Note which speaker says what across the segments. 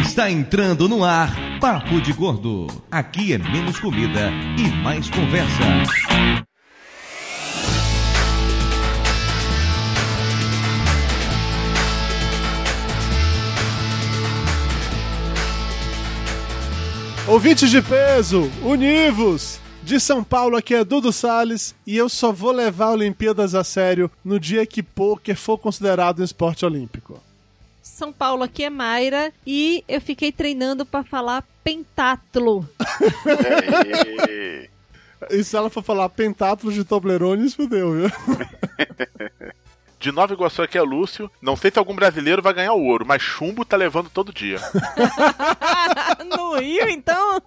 Speaker 1: Está entrando no ar Papo de Gordo. Aqui é menos comida e mais conversa.
Speaker 2: Ouvintes de peso, univos! De São Paulo, aqui é Dudu Salles e eu só vou levar Olimpíadas a sério no dia que pôquer for considerado um esporte olímpico.
Speaker 3: São Paulo, aqui é Mayra e eu fiquei treinando pra falar pentatlo.
Speaker 4: Ei,
Speaker 2: E se ela for falar pentátulo de Toblerones, fudeu, viu?
Speaker 4: De Nova Iguaçu aqui é Lúcio. Não sei se algum brasileiro vai ganhar o ouro, mas chumbo tá levando todo dia.
Speaker 3: no Rio, então?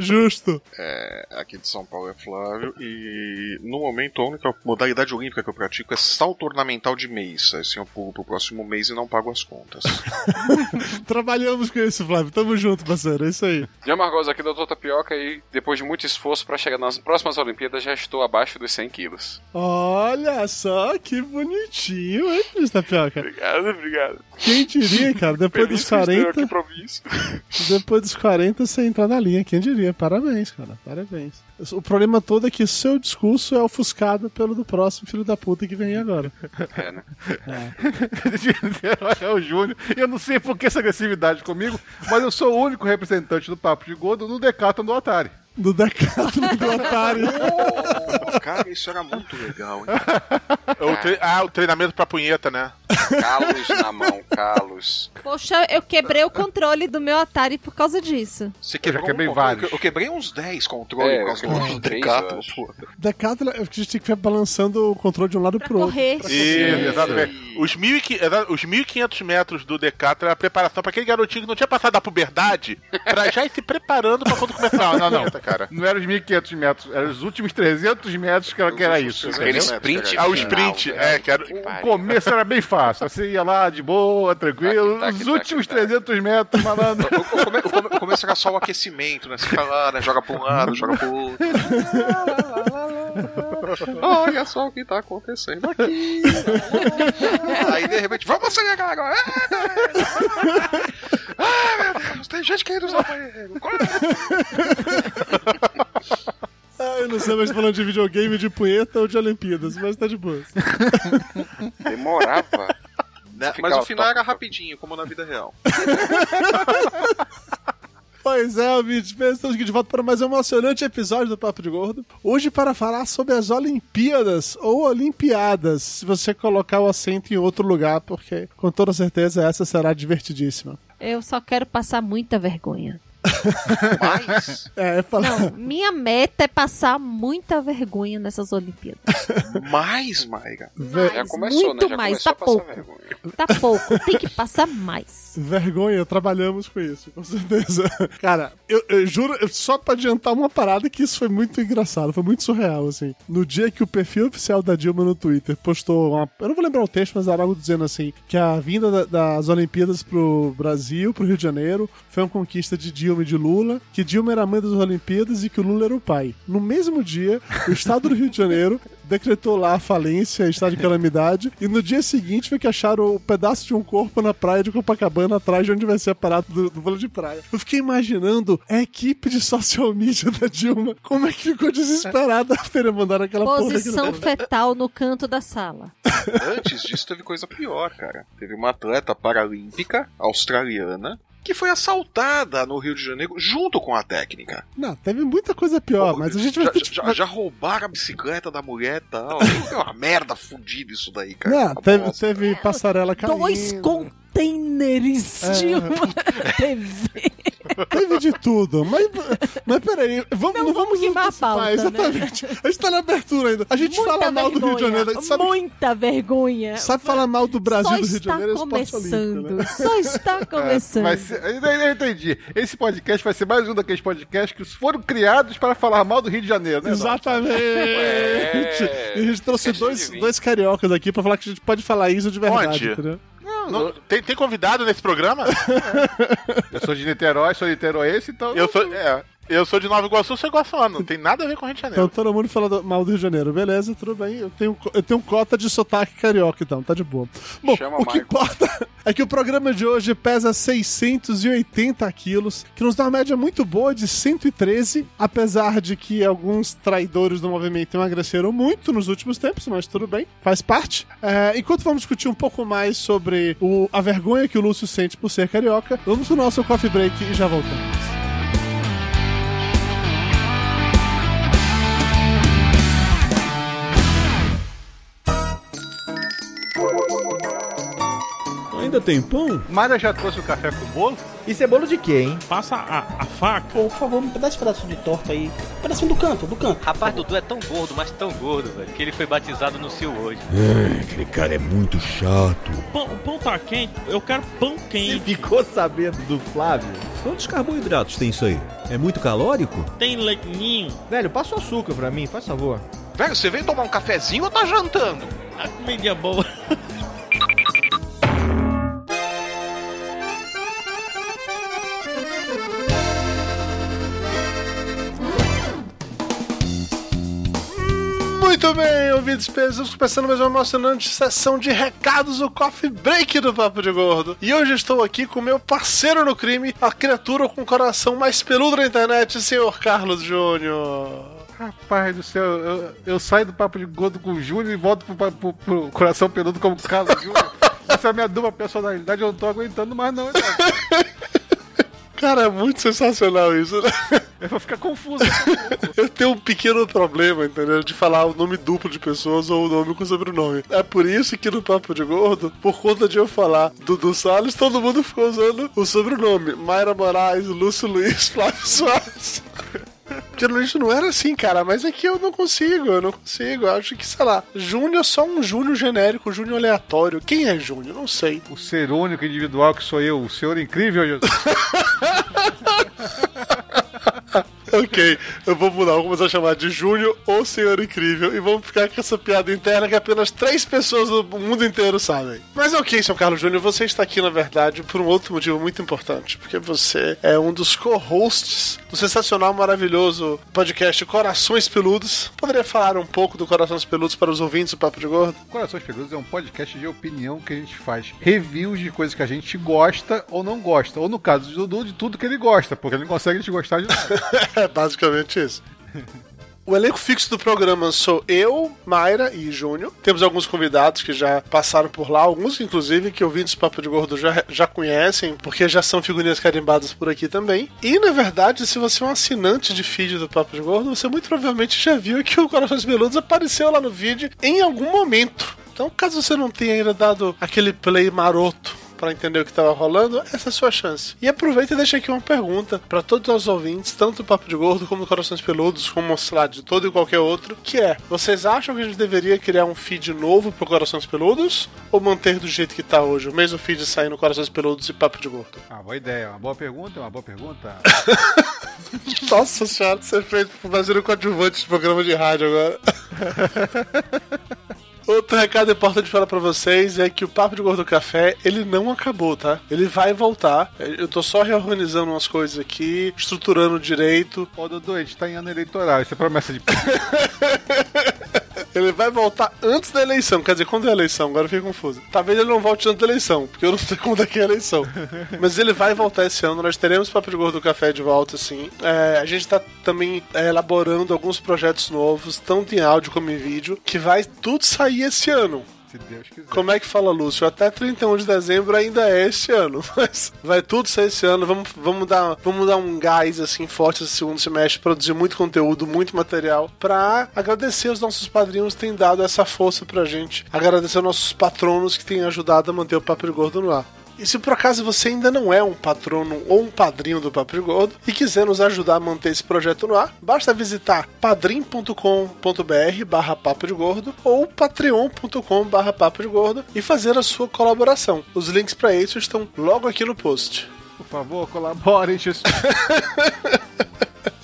Speaker 2: Justo.
Speaker 5: aqui de São Paulo é Flávio e no momento a única modalidade olímpica que eu pratico é salto ornamental de mês. Assim eu pulo pro próximo mês e não pago as contas.
Speaker 2: Trabalhamos com isso, Flávio. Tamo junto, parceiro. É isso aí.
Speaker 6: Jean Margosa aqui, doutor Tapioca, e depois de muito esforço para chegar nas próximas Olimpíadas, já estou abaixo dos 100 quilos.
Speaker 2: Olha só que bonitinho, hein, Cris Tapioca?
Speaker 6: Obrigado, obrigado.
Speaker 2: Quem diria, cara? Depois dos
Speaker 6: Feliz que estou
Speaker 2: 40,
Speaker 6: aqui pra ouvir isso.
Speaker 2: depois dos 40 você entrar na linha. Quem diria? Parabéns, cara. Parabéns. O problema todo é que seu discurso é ofuscado pelo do próximo filho da puta que vem agora.
Speaker 6: É, né?
Speaker 7: de Niterói é o Júnior. Eu não sei por que essa agressividade comigo, mas eu sou o único representante do Papo de Gordo no Decathlon do Atari.
Speaker 2: Do Decathlon do Atari.
Speaker 5: Oh, cara, isso era muito legal, hein?
Speaker 4: É o tre- Ah, o treinamento pra punheta, né?
Speaker 5: Calos na mão, calos.
Speaker 3: Poxa, eu quebrei o controle do meu Atari por causa disso.
Speaker 5: Você
Speaker 7: já
Speaker 5: quebrou
Speaker 7: quebrei
Speaker 5: um controle?
Speaker 7: vários.
Speaker 5: Eu quebrei uns 10 controles
Speaker 6: É,
Speaker 5: por causa
Speaker 6: eu quebrei
Speaker 5: do
Speaker 6: uns três, eu
Speaker 5: Decathlon,
Speaker 6: acho.
Speaker 5: pô.
Speaker 2: Decathlon, é a gente tinha que ficar balançando o controle de um lado
Speaker 3: Pra
Speaker 2: pro outro.
Speaker 3: correr.
Speaker 4: Isso,
Speaker 5: Sim.
Speaker 4: exatamente. Os 1.500 exa- os 1.500 metros do Decato era a preparação pra aquele garotinho que não tinha passado da puberdade, pra já ir se preparando pra quando começar. Não, não, não, cara.
Speaker 7: Ah, Não eram os 1.500 metros, eram os últimos 300 metros que era, que era isso.
Speaker 5: Os
Speaker 7: entendeu?
Speaker 5: últimos
Speaker 6: sprint
Speaker 4: Ah, o
Speaker 5: Não,
Speaker 4: sprint,
Speaker 5: velho,
Speaker 4: é, quero.
Speaker 5: que
Speaker 7: O
Speaker 5: pariu.
Speaker 7: começo era bem fácil. Você ia lá de boa, tranquilo.
Speaker 6: Tac, tac,
Speaker 7: os
Speaker 6: tac,
Speaker 7: últimos
Speaker 5: tá.
Speaker 6: tac.
Speaker 7: 300 metros, malandro.
Speaker 5: O, o, come- o come- o começo era só o aquecimento, né? Você fica lá, né? Joga pra um lado, joga pro outro. Olha só o que tá acontecendo aqui. Aí de repente, vamos acelerar agora. É, Ah, meu Deus, tem gente querendo usar o banheiro. é? Corre.
Speaker 2: Ah, eu não sei mais falando de videogame, de punheta ou de Olimpíadas, mas tá de boa.
Speaker 6: Demorava.
Speaker 5: Né, Mas
Speaker 6: Ficava
Speaker 5: o final
Speaker 6: top,
Speaker 5: era rapidinho, como na vida real.
Speaker 2: Pois é, ouvintes, bem, estamos aqui de volta para mais um emocionante episódio do Papo de Gordo. Hoje para falar sobre as Olimpíadas ou Olimpiadas, se você colocar o acento em outro lugar, porque com toda certeza essa será divertidíssima.
Speaker 3: Eu só quero passar muita vergonha.
Speaker 5: Mas,
Speaker 2: É, falar...
Speaker 3: Não, minha meta é passar muita vergonha nessas Olimpíadas.
Speaker 5: mais, Maiga.
Speaker 2: Ve-
Speaker 6: Já começou,
Speaker 3: muito
Speaker 6: né? Já
Speaker 3: mais,
Speaker 6: começou
Speaker 3: tá
Speaker 6: a passar
Speaker 3: pouco.
Speaker 6: vergonha.
Speaker 3: Tá pouco, tem que passar mais.
Speaker 2: Vergonha, trabalhamos com isso, com certeza. Cara, eu, eu juro, eu- só pra adiantar uma parada, que isso foi muito engraçado, foi muito surreal, assim. No dia que o perfil oficial da Dilma no Twitter postou uma. Eu não vou lembrar o texto, mas era algo dizendo assim: que a vinda da- das Olimpíadas pro Brasil, pro Rio de Janeiro, foi uma conquista de Dilma e de Lula, que Dilma era a mãe das Olimpíadas e que o Lula era o pai. No mesmo dia, o estado do Rio de Janeiro decretou lá a falência, estado de calamidade, e no dia seguinte foi que acharam o pedaço de um corpo na praia de Copacabana, atrás de onde vai ser a parada do, do vôlei de praia. Eu fiquei imaginando a equipe de social media da Dilma, como é que ficou desesperada ao terem mandado aquela
Speaker 3: Posição
Speaker 2: porra.
Speaker 3: fetal no canto da sala.
Speaker 5: Antes disso, teve coisa pior, cara. Teve uma atleta paralímpica australiana que foi assaltada no Rio de Janeiro junto com a técnica.
Speaker 2: Que... Não, teve muita coisa pior,
Speaker 5: Pô,
Speaker 2: mas a gente vai...
Speaker 5: já, já, já roubaram a bicicleta da mulher e tal. É uma merda fudida isso daí, cara. Tá
Speaker 2: Não,
Speaker 5: Uma
Speaker 2: teve,
Speaker 5: bosta.
Speaker 2: teve passarela caindo.
Speaker 3: É, Dois containers de uma TV.
Speaker 2: Teve de tudo, mas, mas peraí, vamos,
Speaker 3: Não
Speaker 2: não vamos
Speaker 3: vamos queimar a
Speaker 2: antecipar,
Speaker 3: pauta, né?
Speaker 2: exatamente. A gente tá na abertura ainda. A gente fala mal do Rio de Janeiro, a gente sabe,
Speaker 3: Muita vergonha.
Speaker 2: sabe falar mal do Brasil
Speaker 3: É, Só
Speaker 2: do Rio de
Speaker 3: está
Speaker 2: Janeiro é esporte olímpico, né? é
Speaker 3: começando. Só está começando.
Speaker 7: Vai ser, eu, eu entendi. Esse podcast vai ser mais um daqueles podcasts que foram criados para falar mal do Rio de Janeiro, né? Eduardo?
Speaker 2: Exatamente!
Speaker 6: É.
Speaker 2: E a gente trouxe
Speaker 6: Esquece de
Speaker 2: dois,
Speaker 6: vir.
Speaker 2: dois cariocas aqui pra falar que a gente pode falar isso de verdade.
Speaker 4: Onde?
Speaker 2: entendeu?
Speaker 4: Não, tem, tem convidado nesse programa?
Speaker 7: Eu sou de Niterói, sou niteroense, então.
Speaker 4: Eu sou. É, Eu sou de Nova Iguaçu, sou iguaçuano. Não tem nada a ver com Rio de
Speaker 2: Então
Speaker 4: Janeiro.
Speaker 2: todo mundo fala do- mal do Rio de Janeiro. Beleza, tudo bem. Eu tenho, co- eu tenho cota de sotaque carioca, então, tá de boa. Bom,
Speaker 6: Chama
Speaker 2: o
Speaker 6: o
Speaker 2: que
Speaker 6: Michael.
Speaker 2: importa é que o programa de hoje pesa 680 quilos, que nos dá uma média muito boa de 113, apesar de que alguns traidores do movimento emagreceram muito nos últimos tempos, mas tudo bem, faz parte. É, enquanto vamos discutir um pouco mais sobre o- a vergonha que o Lúcio sente por ser carioca, vamos pro nosso coffee break e já voltamos.
Speaker 8: Ainda tem pão?
Speaker 2: Então,
Speaker 7: Mara já trouxe o café com bolo?
Speaker 9: Isso é bolo de quê, hein?
Speaker 10: Passa a, a faca.
Speaker 8: Pô, por favor, me dá esse pedaço de torta aí. Um pedacinho do canto, do canto.
Speaker 10: Rapaz, Dudu é tão gordo, mas tão gordo, velho, que ele foi batizado no Sil hoje.
Speaker 8: Aquele cara é muito chato.
Speaker 10: Pão, o pão tá quente? Eu quero pão
Speaker 9: Você
Speaker 10: quente.
Speaker 9: ficou sabendo do Flávio?
Speaker 8: Quantos carboidratos tem isso aí? É muito calórico?
Speaker 10: Tem leitinho.
Speaker 9: Velho, passa o açúcar pra mim, faz favor.
Speaker 11: Velho, você veio tomar um cafezinho ou tá jantando?
Speaker 10: A comida é boa.
Speaker 2: Muito bem, ouvintes, estamos começando mais uma emocionante sessão de recados, o Coffee Break do Papo de Gordo. E hoje estou aqui com meu parceiro no crime, a criatura com o coração mais peludo da internet, senhor Carlos Júnior.
Speaker 7: Rapaz do céu, eu, eu saio do papo de gordo com o Júnior e volto pro, pa- pro- pro coração peludo como Carlos Júnior. Essa é a minha dupla personalidade, eu não tô aguentando mais não. cara.
Speaker 2: Cara, é muito sensacional isso, né?
Speaker 7: Eu vou ficar confuso.
Speaker 2: Eu tenho um pequeno problema, entendeu? De falar o nome duplo de pessoas ou o nome com sobrenome. É por isso que no Papo de Gordo, por conta de eu falar Dudu Salles, todo mundo ficou usando o sobrenome. Mayra Moraes, Lúcio Luiz, Flávio Soares. Geralmente não era assim, cara, mas é que eu não consigo, eu não consigo. Eu acho que, sei lá, Júnior é só um Júnior genérico, Júnior aleatório. Quem é Júnior? Não sei.
Speaker 7: O ser único individual que sou eu, o senhor incrível, Jesus.
Speaker 2: Ok, eu vou mudar, vou começar a chamar de Júnior ou Senhor Incrível e vamos ficar com essa piada interna que apenas três pessoas do mundo inteiro sabem. Mas ok, seu Carlos Júnior, você está aqui na verdade por um outro motivo muito importante, porque você é um dos co-hosts do sensacional, maravilhoso podcast Corações Peludos. Poderia falar um pouco do Corações Peludos para os ouvintes do Papo de Gordo?
Speaker 7: Corações Peludos é um podcast de opinião que a gente faz reviews de coisas que a gente gosta ou não gosta. Ou no caso de Dudu, de tudo que ele gosta, porque ele não consegue te gostar de nada.
Speaker 2: É basicamente isso. O elenco fixo do programa sou eu, Mayra e Júnior. Temos alguns convidados que já passaram por lá, alguns inclusive que ouvintes do Papo de Gordo já, já conhecem, porque já são figurinhas carimbadas por aqui também. E na verdade, se você é um assinante de feed do Papo de Gordo, você muito provavelmente já viu que o Corações Beludos apareceu lá no vídeo em algum momento. Então, caso você não tenha ainda dado aquele play maroto para entender o que estava rolando, essa é a sua chance. E aproveita e deixa aqui uma pergunta para todos os ouvintes, tanto do Papo de Gordo como do Corações Peludos, como sei lá, de todo e qualquer outro, que é: vocês acham que a gente deveria criar um feed novo pro Corações Peludos ou manter do jeito que tá hoje, o mesmo feed saindo Corações Peludos e Papo de Gordo?
Speaker 7: Ah, boa ideia, uma boa pergunta, uma boa pergunta.
Speaker 2: Nossa senhora, você fez fazendo coadjuvante de programa de rádio agora. Outro recado importante falar pra vocês é que o Papo de Gordo Café, ele não acabou, tá? Ele vai voltar. Eu tô só reorganizando umas coisas aqui, estruturando direito.
Speaker 7: Ô Dudu, a gente tá em ano eleitoral, isso é promessa de
Speaker 2: Ele vai voltar antes da eleição. Quer dizer, quando é a eleição? Agora eu fiquei confuso. Talvez ele não volte antes da eleição, porque eu não sei quando é que é a eleição. Mas ele vai voltar esse ano. Nós teremos Papo de Gordo Café de volta, sim. É, a gente tá também é, elaborando alguns projetos novos, tanto em áudio como em vídeo, que vai tudo sair esse ano.
Speaker 7: se Deus quiser.
Speaker 2: Como é que fala, Lúcio? Até 31 de dezembro ainda é este ano. Mas vai tudo ser esse ano. Vamos, vamos, dar, vamos dar um gás assim forte esse segundo semestre, produzir muito conteúdo, muito material, pra agradecer os nossos padrinhos que têm dado essa força pra gente. Agradecer aos nossos patronos que têm ajudado a manter o Papo de Gordo no ar. E se por acaso você ainda não é um patrono ou um padrinho do Papo de Gordo e quiser nos ajudar a manter esse projeto no ar, basta visitar padrim.com.br barra papo de gordo ou patreon.com barra papo de gordo e fazer a sua colaboração. Os links para isso estão logo aqui no post.
Speaker 7: Por favor, colaborem, Jesus.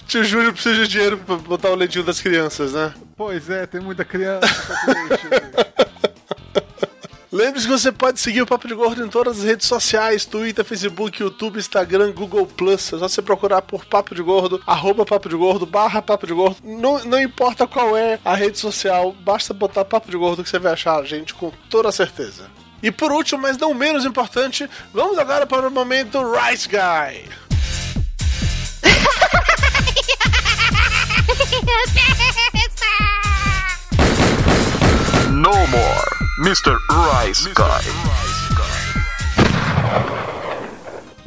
Speaker 2: Tio Júlio precisa de dinheiro para botar o leitinho das crianças, né?
Speaker 7: Pois é, tem muita criança. pra comer, Jesus.
Speaker 2: Lembre-se que você pode seguir o Papo de Gordo em todas as redes sociais: Twitter, Facebook, YouTube, Instagram, Google Plus. É só você procurar por Papo de Gordo, arroba Papo de Gordo, barra Papo de Gordo. Não, não importa qual é a rede social, basta botar É Papo de Gordo que você vai achar a gente com toda certeza. E por último, mas não menos importante, vamos agora para o momento Rice Guy.
Speaker 5: No more, Mr. Rice Guy.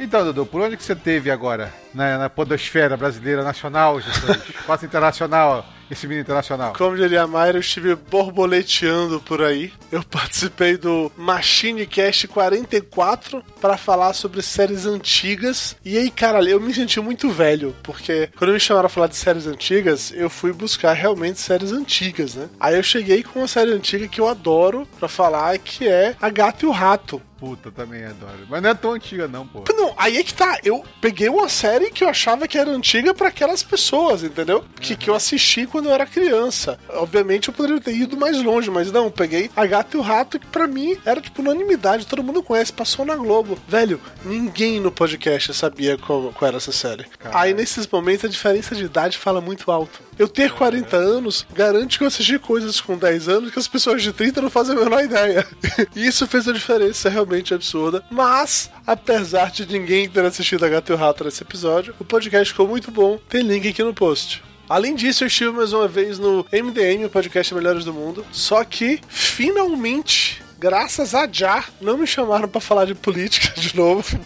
Speaker 12: Então, Dudu, por onde que você teve agora?
Speaker 7: né,
Speaker 12: Na, na podosfera brasileira nacional, Jesus? Espaço internacional, esse menino internacional.
Speaker 2: Como diria a Mayra, eu estive borboleteando por aí. Eu participei do Machine Cast 44 para falar sobre séries antigas. E aí, cara, eu me senti muito velho, porque quando me chamaram a falar de séries antigas, eu fui buscar realmente séries antigas, né? Aí eu cheguei com uma série antiga que eu adoro para falar, que é A Gata e o Rato.
Speaker 12: Puta, também adoro. Mas não é tão antiga, não, pô.
Speaker 2: Não, aí é que tá. Eu peguei uma série que eu achava que era antiga pra aquelas pessoas, entendeu? Que, que eu assisti quando eu era criança. Obviamente eu poderia ter ido mais longe, mas não. eu Peguei A Gata e o Rato, que pra mim era tipo unanimidade. Todo mundo conhece, passou na Globo. Velho, ninguém no podcast sabia qual, qual era essa série. Aí nesses momentos a diferença de idade fala muito alto. Eu ter 40 anos garante que eu assisti coisas com 10 anos que as pessoas de 30 não fazem a menor ideia. E isso fez a diferença realmente absurda. Mas, apesar de ninguém ter assistido a Gato e o Rato nesse episódio, o podcast ficou muito bom. Tem link aqui no post. Além disso, eu estive mais uma vez no MDM, o podcast Melhores do Mundo. Só que, finalmente, graças a Já, não me chamaram pra falar de política de novo.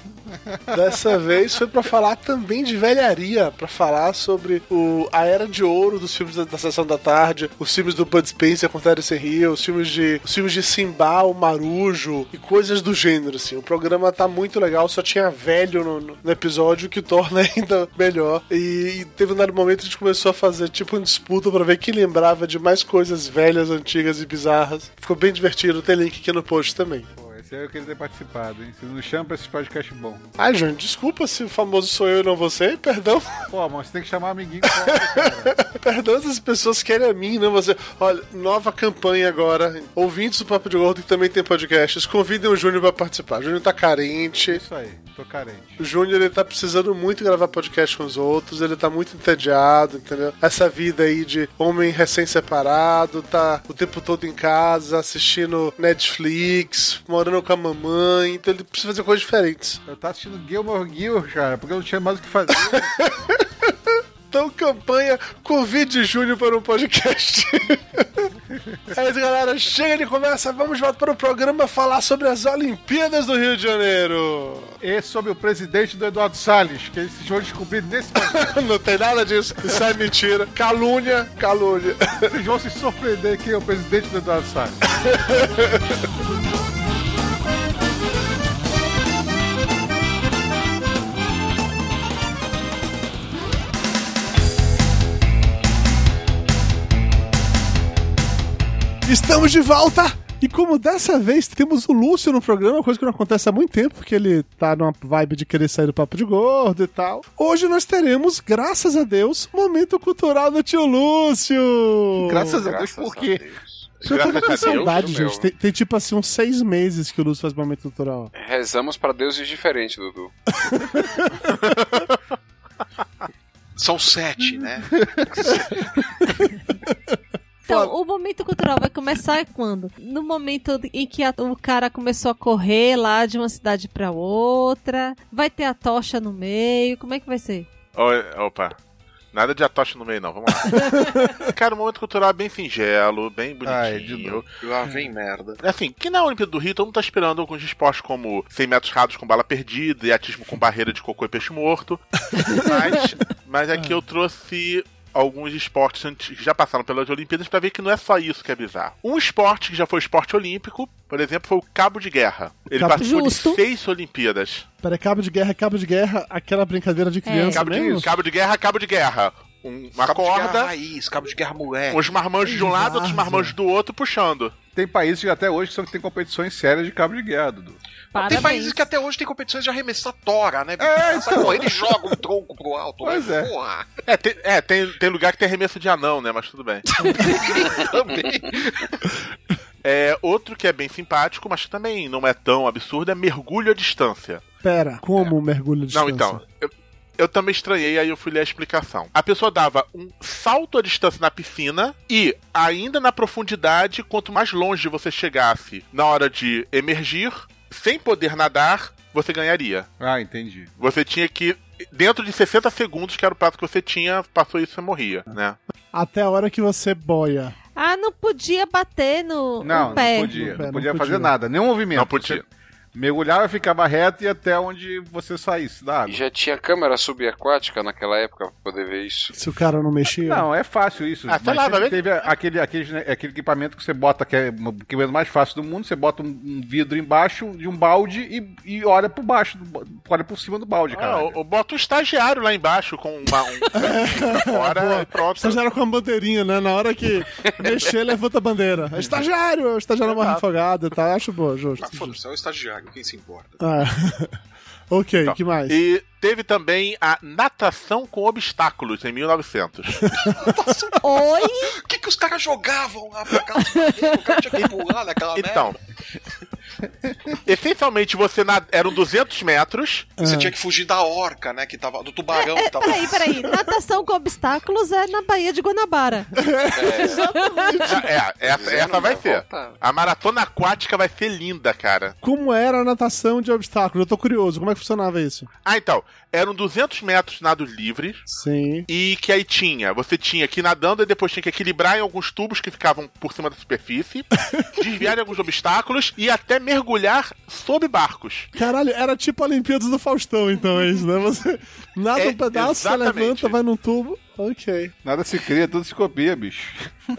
Speaker 2: Dessa vez foi pra falar também de velharia, pra falar sobre o, a era de ouro dos filmes da, da sessão da tarde, os filmes do Bud Spencer com Terence Hill, os filmes de os filmes de Simba, o Marujo e coisas do gênero assim. O programa tá muito legal, só tinha velho no, no- no episódio, o que torna ainda melhor. E, e teve um dado momento que a gente começou a fazer tipo uma disputa pra ver quem lembrava de mais coisas velhas, antigas e bizarras. Ficou bem divertido, tem link aqui no post também.
Speaker 12: Pô, esse aí eu queria ter participado, hein? Se não chama pra esse podcast bom.
Speaker 2: Ai, Júnior, desculpa se o famoso sou eu e não você, perdão.
Speaker 12: Pô, mas você tem que chamar amiguinho.
Speaker 2: Perdão se É, as pessoas querem a mim, não você. Olha, nova campanha agora. Ouvintes do Papo de Gordo, que também tem podcasts, convidem o Júnior pra participar. O Júnior tá carente.
Speaker 12: Isso aí, tô carente.
Speaker 2: O Júnior, ele tá precisando muito gravar podcast com os outros, ele tá muito entediado, entendeu? Essa vida aí de homem recém-separado, tá o tempo todo em casa, assistindo Netflix, morando com a mamãe, então ele precisa fazer coisas diferentes.
Speaker 12: Eu tava assistindo Gilmore Girls, cara, porque eu não tinha mais o que fazer.
Speaker 2: Então, campanha Covid Júnior para um podcast. é isso, galera. Chega de conversa. Vamos voltar para o programa falar sobre as Olimpíadas do Rio de Janeiro.
Speaker 12: E sobre o presidente do Eduardo Salles, que eles vão descobrir nesse podcast.
Speaker 2: Não tem nada disso. Isso é mentira. Calúnia, calúnia.
Speaker 12: Vocês vão se surpreender quem é o presidente do Eduardo Salles.
Speaker 13: Estamos de volta! E como dessa vez temos o Lúcio no programa, coisa que não acontece há muito tempo, porque ele tá numa vibe de querer sair do papo de gordo e tal. Hoje nós teremos, graças a Deus, momento cultural do tio Lúcio!
Speaker 12: Graças a Deus, por quê?
Speaker 13: Eu tava
Speaker 14: Graças
Speaker 13: com
Speaker 14: a Deus,
Speaker 13: saudade,
Speaker 14: meu.
Speaker 13: gente. Tem, tem tipo assim uns seis meses que o Lúcio faz momento cultural.
Speaker 14: Rezamos pra deuses diferentes, Dudu.
Speaker 5: São sete, né?
Speaker 3: Então, o momento cultural vai começar quando? No momento em que a- o cara começou a correr lá de uma cidade pra outra, vai ter a tocha no meio, como é que vai ser?
Speaker 4: Oi, Opa. Nada de atocha no meio, não. Vamos lá. Cara, o momento cultural é bem singelo, bem bonitinho.
Speaker 5: Ai, de novo. Lá ah, vem merda.
Speaker 4: Assim, que na Olimpíada do Rio, todo mundo tá esperando alguns esportes como 100 metros rados com bala perdida e atismo com barreira de cocô e peixe morto. Mas, mas aqui eu trouxe alguns esportes anti- que já passaram pelas Olimpíadas pra ver que não é só isso que é bizarro. Um esporte que já foi esporte olímpico, por exemplo, foi o cabo de guerra. Ele
Speaker 13: Cabo-
Speaker 4: participou
Speaker 13: Justo.
Speaker 4: de seis Olimpíadas.
Speaker 2: é
Speaker 13: Peraí, cabo de guerra, cabo de guerra, aquela brincadeira de criança
Speaker 4: Cabo
Speaker 13: É mesmo?
Speaker 4: de, cabo de guerra, cabo de guerra. Um- uma
Speaker 5: Cabo de
Speaker 4: corda.
Speaker 5: guerra raiz, cabo de guerra moleque.
Speaker 4: Uns marmanjos de um lado, outros marmanjos do outro, puxando.
Speaker 12: Tem países que até hoje são que tem competições sérias de cabo de guerra, Dudu.
Speaker 5: Tem países que até hoje tem competições de arremessar tora, né? É, Eles jogam um tronco pro alto.
Speaker 4: Pois
Speaker 5: né?
Speaker 4: é.
Speaker 5: Porra.
Speaker 4: É, tem, é, tem, tem lugar que tem arremesso de anão, né? Mas tudo bem.
Speaker 5: Também.
Speaker 4: É, outro que é bem simpático, mas também não é tão absurdo, é mergulho à distância.
Speaker 2: Pera, como um mergulho de
Speaker 4: Não, então. Eu, eu também estranhei, aí eu fui ler a explicação. A pessoa dava um salto à distância na piscina e, ainda na profundidade, quanto mais longe você chegasse na hora de emergir, sem poder nadar, você ganharia.
Speaker 7: Ah, entendi.
Speaker 4: Você tinha que. Dentro de 60 segundos, que era o prazo que você tinha, passou isso, você morria, né?
Speaker 2: Até a hora que você boia.
Speaker 3: Ah, não podia bater
Speaker 7: Não,
Speaker 3: no, no
Speaker 7: não
Speaker 3: pé.
Speaker 7: podia.
Speaker 2: pé,
Speaker 7: Não
Speaker 2: não
Speaker 7: podia
Speaker 2: podia.
Speaker 7: fazer nada, nenhum movimento.
Speaker 4: Não podia.
Speaker 7: Você mergulhava, ficava reto e até onde você saísse da
Speaker 6: E
Speaker 7: água.
Speaker 6: já tinha câmera subaquática naquela época pra poder ver isso.
Speaker 2: Se o cara não mexia.
Speaker 7: Não, é fácil isso.
Speaker 4: Ah, sei
Speaker 7: mas
Speaker 4: lá,
Speaker 7: sempre
Speaker 4: vai ver.
Speaker 7: teve aquele, aquele, aquele equipamento que você bota, que é o equipamento mais fácil do mundo, você bota um, um vidro embaixo de um balde e, e olha por baixo, do ba- olha por cima do balde, cara.
Speaker 4: Ah, eu, eu boto um estagiário lá embaixo com uma. Um, pra fora, e pronto.
Speaker 2: Estagiário com a bandeirinha, né? Na hora que mexer, levanta a bandeira. É Estagiário! O Estagiário morre afogado e tal. Eu Acho boa, justo.
Speaker 5: Ah, foda-se, é o estagiário, quem se importa?
Speaker 2: Ah. ok,
Speaker 4: Então,
Speaker 2: que mais?
Speaker 4: E teve também a natação com obstáculos em 1900.
Speaker 3: Oi?
Speaker 5: O que, que os caras jogavam lá pra aquela parede? O cara tinha que pular naquela
Speaker 4: Então, essencialmente você nada, eram 200 metros.
Speaker 5: merda. Você tinha que fugir da orca, né? Que tava, do tubarão que
Speaker 3: É,
Speaker 5: tava.
Speaker 3: peraí, peraí. Natação com obstáculos é na Baía de Guanabara.
Speaker 4: Já- é, essa, essa vai ser. A maratona aquática vai ser linda, cara.
Speaker 2: Como era a natação de obstáculos? Eu tô curioso, como é que funcionava isso?
Speaker 4: Ah, então, eram 200 metros nado livre.
Speaker 2: Sim.
Speaker 4: E que aí tinha, você tinha que ir nadando e depois tinha que equilibrar em alguns tubos que ficavam por cima da superfície, desviar em alguns obstáculos e até mergulhar sob barcos.
Speaker 2: Caralho, era tipo a Olimpíadas do Faustão, então, é isso, né? Você nada
Speaker 4: É,
Speaker 2: um pedaço,
Speaker 4: exatamente.
Speaker 2: você levanta, vai num tubo. Ok.
Speaker 7: Nada se cria, tudo se copia, bicho.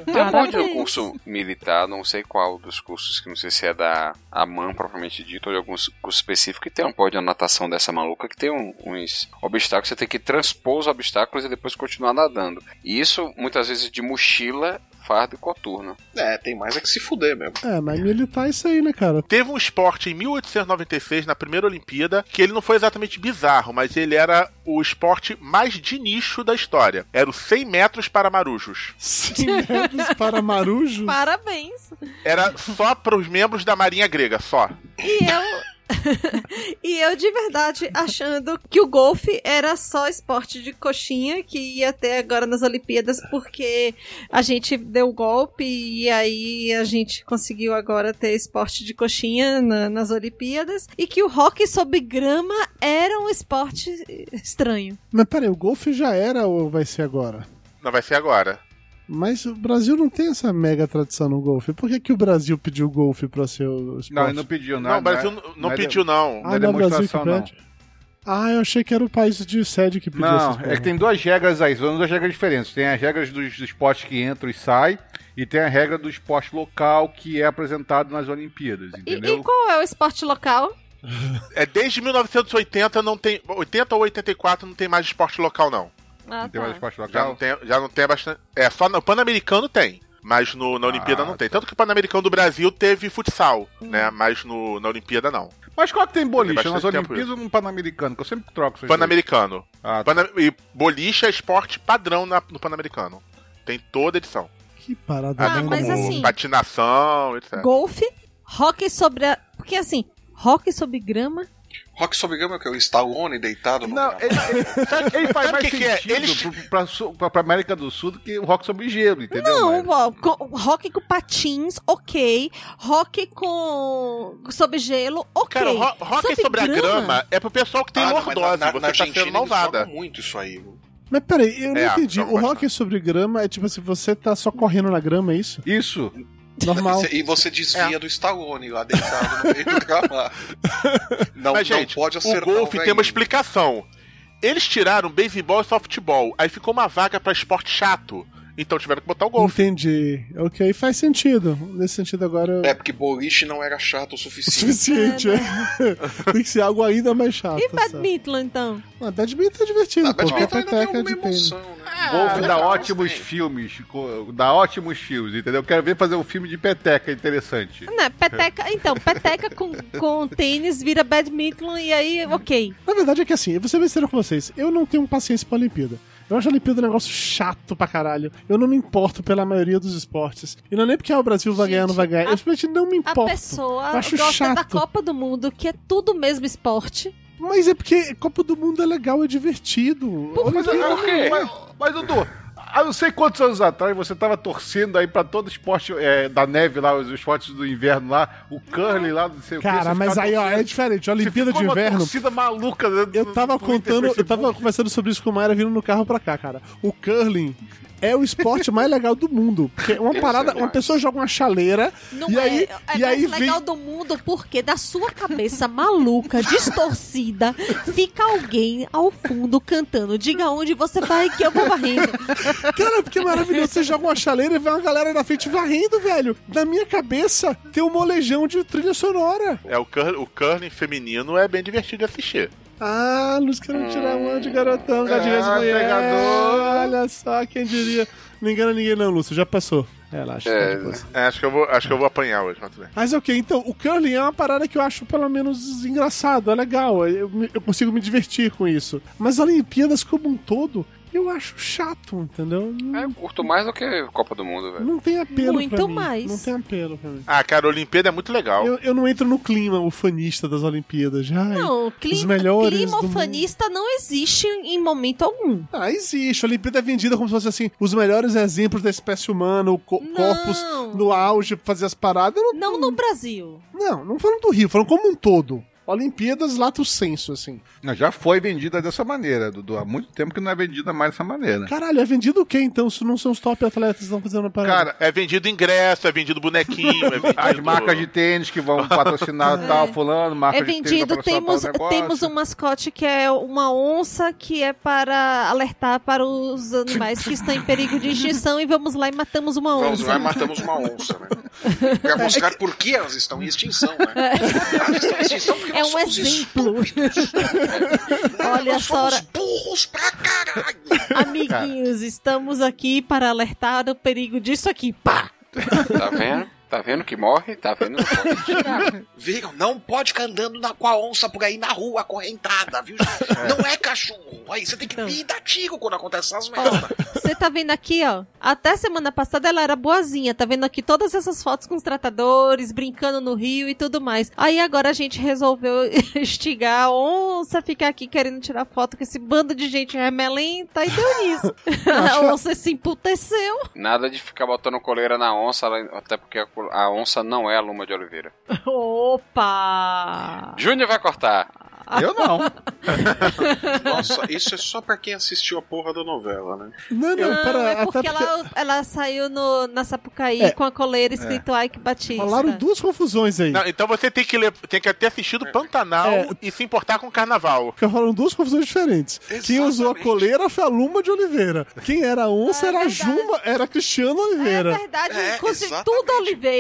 Speaker 6: Tem um monte de
Speaker 3: Parabéns.
Speaker 6: curso militar, não sei qual dos cursos, que não sei se é da AMAN propriamente dito, ou de algum curso específico, que tem um pódio de natação dessa maluca, que tem um- uns obstáculos, você tem que transpor os obstáculos e depois continuar nadando. E isso, muitas vezes, de mochila, fardo e coturno.
Speaker 5: É, tem mais é que se fuder mesmo.
Speaker 2: É, mas militar é isso aí, né, cara?
Speaker 4: Teve um esporte em 1896, na primeira Olimpíada, que ele não foi exatamente bizarro, mas ele era o esporte mais de nicho da história. Era o 100 metros para marujos.
Speaker 2: 100 metros para marujos?
Speaker 3: Parabéns.
Speaker 4: Era só para os membros da Marinha Grega, só.
Speaker 3: E eu. e eu de verdade achando que o golfe era só esporte de coxinha que ia até agora nas Olimpíadas porque a gente deu golpe e aí a gente conseguiu agora ter esporte de coxinha na- nas Olimpíadas e que o hockey sobre grama era um esporte estranho.
Speaker 2: Mas peraí, o golfe já era ou vai ser agora?
Speaker 4: Não vai ser agora.
Speaker 2: Mas o Brasil não tem essa mega tradição no golfe. Por que, que o Brasil pediu golfe pra ser o esporte?
Speaker 7: Não, ele não pediu, não.
Speaker 4: Não, o Brasil
Speaker 7: é-
Speaker 4: não, não
Speaker 7: é de-
Speaker 4: pediu, não.
Speaker 7: não é demonstração, não.
Speaker 2: Ah, eu achei que era o país de sede que pediu
Speaker 7: Não,
Speaker 2: essas
Speaker 7: é
Speaker 2: coisas.
Speaker 7: que tem duas regras aí, são duas regras diferentes. Tem as regras dos esportes que entram e saem, e tem a regra do esporte local que é apresentado nas Olimpíadas,
Speaker 3: E,
Speaker 7: entendeu?
Speaker 3: e qual é o esporte local?
Speaker 4: É desde 1980 não tem. 80 ou 84 não tem mais esporte local, não.
Speaker 3: Ah,
Speaker 7: Tem mais
Speaker 3: tá.
Speaker 7: esporte
Speaker 4: Já não
Speaker 7: local?
Speaker 4: tem, já não tem bastante. É, só no Pan-Americano tem. Mas no, na Olimpíada
Speaker 7: Ah,
Speaker 4: não tem.
Speaker 5: tá.
Speaker 4: Tanto que o Pan-Americano do Brasil teve futsal,
Speaker 5: Hum.
Speaker 4: né? Mas no, na Olimpíada não.
Speaker 7: Mas qual que tem boliche?
Speaker 4: Tem
Speaker 7: Nas
Speaker 4: bastante tempo
Speaker 7: Olimpíadas ou no Pan-Americano? Que eu sempre troco
Speaker 5: é.
Speaker 7: essas
Speaker 4: Pan-Americano.
Speaker 7: duas.
Speaker 5: tá.
Speaker 7: Ah,
Speaker 4: Pana- E boliche é esporte padrão na- no Pan-Americano. Tem toda edição.
Speaker 2: Que parada.
Speaker 7: Ah,
Speaker 4: Assim
Speaker 2: né?
Speaker 4: como
Speaker 3: mas assim-
Speaker 4: patinação, etc.
Speaker 3: Golfe, hockey sobre a... porque assim, hockey sobre grama
Speaker 5: Rock sobre Gama é o que? O Stallone deitado no.
Speaker 4: é,
Speaker 7: Não, ele, ele- sabe- ele faz
Speaker 4: Sabe
Speaker 7: mais
Speaker 4: o que que é?
Speaker 7: sentido
Speaker 4: Eles-
Speaker 7: pro- pra, su- pra- pra América do Sul do que o rock sobre gelo, entendeu?
Speaker 3: Não,
Speaker 7: Maia?
Speaker 3: ó, co- rock com patins, ok. Rock com. sob gelo, ok.
Speaker 4: Cara, o ro- rock
Speaker 3: Sob
Speaker 4: sobre a grama é pro pessoal que tem
Speaker 5: Ah, não, mas
Speaker 4: lordose.
Speaker 5: na- na-
Speaker 4: você
Speaker 5: na
Speaker 4: tá
Speaker 5: Argentina
Speaker 4: sendo
Speaker 5: eles
Speaker 4: malvada.
Speaker 5: jogam muito isso aí. viu?
Speaker 2: Mas peraí, eu não
Speaker 4: É,
Speaker 2: entendi.
Speaker 4: jogo
Speaker 2: O rock
Speaker 4: bastante.
Speaker 2: sobre grama é tipo assim, você tá só correndo na grama, é isso?
Speaker 7: Isso.
Speaker 2: Normal.
Speaker 5: E você
Speaker 4: É.
Speaker 5: desvia do Stallone lá deitado no meio do gramado. Não,
Speaker 4: Mas,
Speaker 5: não
Speaker 4: gente,
Speaker 5: pode
Speaker 4: o
Speaker 5: acertar.
Speaker 4: golfe tem uma
Speaker 5: velhinho.
Speaker 4: explicação. Eles tiraram beisebol e softball, aí ficou uma vaga pra esporte chato. Então tiveram que botar o golfe.
Speaker 2: Entendi. Ok, faz sentido. Nesse sentido agora
Speaker 5: É,
Speaker 2: é
Speaker 5: porque boliche não era chato o
Speaker 2: o
Speaker 5: suficiente.
Speaker 2: suficiente. é. Tem que ser algo ainda mais chato.
Speaker 3: né? E
Speaker 2: sabe?
Speaker 3: badminton, então?
Speaker 2: Ah, badminton é divertido,
Speaker 5: Ah,
Speaker 2: pô.
Speaker 5: badminton ainda tem
Speaker 2: Peteca
Speaker 5: alguma
Speaker 2: de pênis.
Speaker 5: emoção, né?
Speaker 7: Golfe dá
Speaker 5: legal,
Speaker 7: ótimos
Speaker 5: gostei.
Speaker 7: filmes, co- dá ótimos filmes, entendeu? Quero ver fazer um filme de peteca interessante.
Speaker 3: Não, peteca. Então, peteca com, com tênis vira badminton e aí, ok.
Speaker 2: Na verdade é que assim, eu vou ser bem sincero com vocês. Eu não tenho paciência pra Olimpíada. Eu acho a Olimpíada um negócio chato pra caralho. Eu não me importo pela maioria dos esportes. E não é nem porque ah, o Brasil vai ganhar ou não vai ganhar. eu simplesmente não me importo.
Speaker 3: A pessoa
Speaker 2: Eu acho
Speaker 3: gosta
Speaker 2: chato.
Speaker 3: da Copa do Mundo, que é tudo o mesmo esporte.
Speaker 2: Mas é porque Copa do Mundo é legal, é divertido.
Speaker 7: Mas, mas, mas, Dudu, há não sei quantos anos atrás você tava torcendo aí pra todo esporte é, da neve lá, os esportes do inverno lá, o curling lá, não sei o que.
Speaker 2: Cara, mas aí, ó, é diferente. Olimpíada de
Speaker 7: Uma
Speaker 2: Inverno.
Speaker 7: torcida maluca.
Speaker 2: Eu
Speaker 3: Uhum. é
Speaker 2: tava contando, eu tava conversando sobre isso com o Mayra vindo no carro pra cá, cara. O curling é o esporte mais legal do mundo. Porque é uma
Speaker 3: Isso
Speaker 2: parada,
Speaker 3: é
Speaker 2: uma pessoa joga uma chaleira
Speaker 3: Não
Speaker 2: e
Speaker 3: é,
Speaker 2: aí,
Speaker 3: é
Speaker 2: e aí
Speaker 3: mais legal do mundo porque da sua cabeça maluca, distorcida, fica alguém ao fundo cantando. Diga onde você vai que eu vou varrendo.
Speaker 2: Cara, porque é maravilhoso. Você joga uma chaleira e vê uma galera na frente varrendo, velho. Na minha cabeça tem um molejão de trilha sonora.
Speaker 4: É, o, cur o curling feminino é bem divertido de assistir.
Speaker 2: Ah, Luz querendo tirar uma de garotão, gadinha de
Speaker 4: Ah,
Speaker 2: mulher.
Speaker 4: pegador.
Speaker 2: Olha só quem diria. Não engana ninguém não, Lúcio. Já passou. Relaxa. tá
Speaker 4: É, é, acho, que eu vou, acho que eu vou apanhar hoje, mas tudo bem.
Speaker 2: Mas é o que? Então, o curling é uma parada que eu acho pelo menos engraçado, é legal, eu, me- eu consigo me divertir com isso. Mas Olimpíadas como um todo, eu acho chato, entendeu? Não,
Speaker 4: É,
Speaker 6: Curto mais do que Copa do Mundo, velho.
Speaker 2: não tem apelo pra
Speaker 4: Muito
Speaker 2: mim.
Speaker 4: mais.
Speaker 2: Não tem apelo pra mim.
Speaker 4: Ah, cara, a Olimpíada é muito legal.
Speaker 2: Eu, eu não entro no clima ufanista das Olimpíadas. Ai,
Speaker 3: Não,
Speaker 2: os
Speaker 3: clima,
Speaker 2: melhores
Speaker 3: clima
Speaker 2: do mundo.
Speaker 3: ufanista não existe em momento algum.
Speaker 2: Ah, existe. A Olimpíada é vendida como se fosse assim: os melhores exemplos da espécie humana, o co- corpos no auge pra fazer as paradas. Eu
Speaker 3: Não no Brasil.
Speaker 2: Não, não falando do Rio, falando como um todo. Olimpíadas lato senso, assim.
Speaker 12: Não, Já foi vendida dessa maneira, Dudu. Há muito tempo que não é vendida mais dessa maneira.
Speaker 2: Caralho, é vendido o quê então? Se não são os top atletas que estão fazendo a parada?
Speaker 4: Cara, é vendido ingresso, é vendido bonequinho, é vendido...
Speaker 12: As marcas de tênis que vão patrocinar
Speaker 3: É.
Speaker 12: tal, fulano,
Speaker 5: Ah,
Speaker 12: marca
Speaker 3: é
Speaker 12: de tênis.
Speaker 3: vendido,
Speaker 5: tá
Speaker 12: vai patrocinar
Speaker 3: temos,
Speaker 12: tal negócio.
Speaker 3: temos um mascote que é uma onça que é para alertar para os animais que estão em perigo de extinção e vamos lá e matamos uma onça.
Speaker 5: Vamos lá e matamos uma onça, né? Pra
Speaker 3: é
Speaker 5: mostrar por que elas estão em extinção, né? Elas estão em extinção porque
Speaker 3: É
Speaker 5: nós
Speaker 3: um
Speaker 5: somos
Speaker 3: exemplo. Olha
Speaker 5: nós
Speaker 3: só.
Speaker 5: somos burros pra caralho.
Speaker 3: Amiguinhos, estamos aqui para alertar o perigo disso aqui. Pá!
Speaker 6: Tá vendo? Tá vendo que morre? Tá vendo?
Speaker 5: Viram? Não pode ficar andando na, com a onça por aí na rua, acorrentada, viu? gente? Não é cachorro. Aí você tem que ir dar tiro quando acontece essas merdas.
Speaker 3: Você tá vendo aqui, ó? Até semana passada ela era boazinha, tá vendo aqui todas essas fotos com os tratadores, brincando no rio e tudo mais. Aí agora a gente resolveu instigar a onça a ficar aqui querendo tirar foto com esse bando de gente remelenta e deu nisso. a onça se emputeceu.
Speaker 6: Nada de ficar botando coleira na onça, ela- até porque a col- a onça não é a Luma de Oliveira.
Speaker 3: Opa!
Speaker 6: Júnior vai cortar.
Speaker 3: um-
Speaker 12: Eu não.
Speaker 5: Nossa, isso é só pra quem assistiu a porra da novela, né?
Speaker 2: Não,
Speaker 3: Não,
Speaker 2: pera,
Speaker 3: é
Speaker 2: até
Speaker 3: porque,
Speaker 2: porque-
Speaker 3: Ela, ela saiu no, na Sapucaí
Speaker 2: É.
Speaker 3: com a coleira escrito Ike Batista.
Speaker 2: Falaram duas confusões aí.
Speaker 4: Não, então você tem que, ler, tem que ter assistido Pantanal
Speaker 2: É.
Speaker 4: e se importar com o carnaval.
Speaker 2: Porque falaram duas confusões diferentes. Quem usou a coleira foi a Luma de Oliveira. Quem era a onça era a Juma, era a Cristiano Oliveira.
Speaker 3: Na Ah, É verdade, inclusive, tudo Oliveira.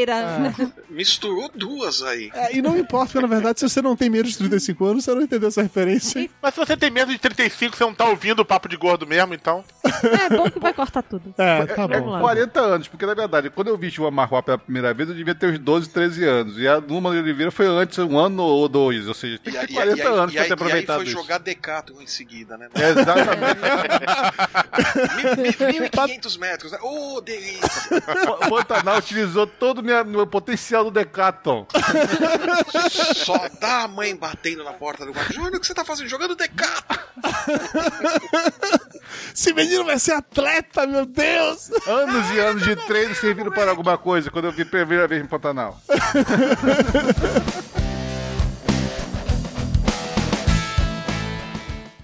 Speaker 5: Misturou duas aí.
Speaker 2: É, e não importa, porque na verdade, se você não tem menos de 35 anos, você não entendeu essa referência.
Speaker 4: Mas se você tem menos de 35, você não tá ouvindo o papo de gordo mesmo, então.
Speaker 3: É bom que vai cortar tudo.
Speaker 2: É,
Speaker 12: É, é 40 anos, porque na verdade, quando eu vi Chuva Marroá pela primeira vez, eu devia ter uns 12, 13 anos. E a Luma de Oliveira foi antes, um ano ou dois. Ou seja, tem
Speaker 5: E
Speaker 12: que
Speaker 5: aí,
Speaker 12: ter 40
Speaker 5: e aí-
Speaker 12: anos
Speaker 5: e
Speaker 12: pra
Speaker 5: aí-
Speaker 12: ter
Speaker 5: E aí
Speaker 12: aproveitado
Speaker 5: foi
Speaker 12: isso.
Speaker 5: jogar Decathlon em seguida, né?
Speaker 12: Exatamente.
Speaker 5: 1.500 metros, né? Ô, delícia!
Speaker 12: O Pantanal utilizou todo o meu, meu potencial do Decathlon.
Speaker 5: Só dá a mãe batendo na porta do quarto. Júnior, o que você tá fazendo? Jogando Decathlon!
Speaker 2: Esse menino vai ser atleta, meu Deus!
Speaker 12: Anos e anos de treino serviram
Speaker 3: é
Speaker 12: para alguma coisa quando eu vi a primeira vez no Pantanal.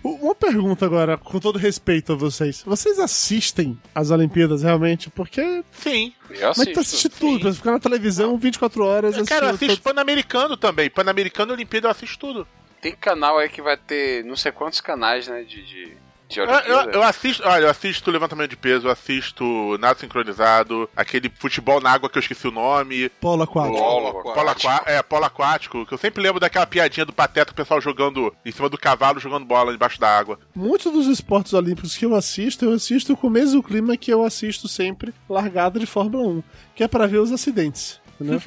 Speaker 2: U- Uma pergunta agora, com todo respeito a vocês. Vocês assistem as Olimpíadas realmente? Porque.
Speaker 4: Sim. É,
Speaker 2: Mas tu assiste tudo, pra ficar na televisão 24 horas
Speaker 4: Cara, eu
Speaker 2: assistindo
Speaker 4: assisto Pan-Americano também. Pan-Americano e Olimpíada eu assisto tudo.
Speaker 6: Tem canal aí que vai ter não sei quantos canais, né? De, de, de
Speaker 4: Eu, eu-
Speaker 6: Olimpíada.
Speaker 4: eu assisto, olha, eu assisto levantamento de peso, eu assisto nado sincronizado, aquele futebol na água que eu esqueci o nome.
Speaker 2: Polo aquático.
Speaker 4: Polo, polo aqua- é, polo aquático, que eu sempre lembro daquela piadinha do pateta, o pessoal jogando em cima do cavalo, jogando bola embaixo da água.
Speaker 2: Muitos dos esportes olímpicos que eu assisto, eu um, assisto com o mesmo clima que eu assisto sempre largada de Fórmula 1, que é pra ver os acidentes. entendeu?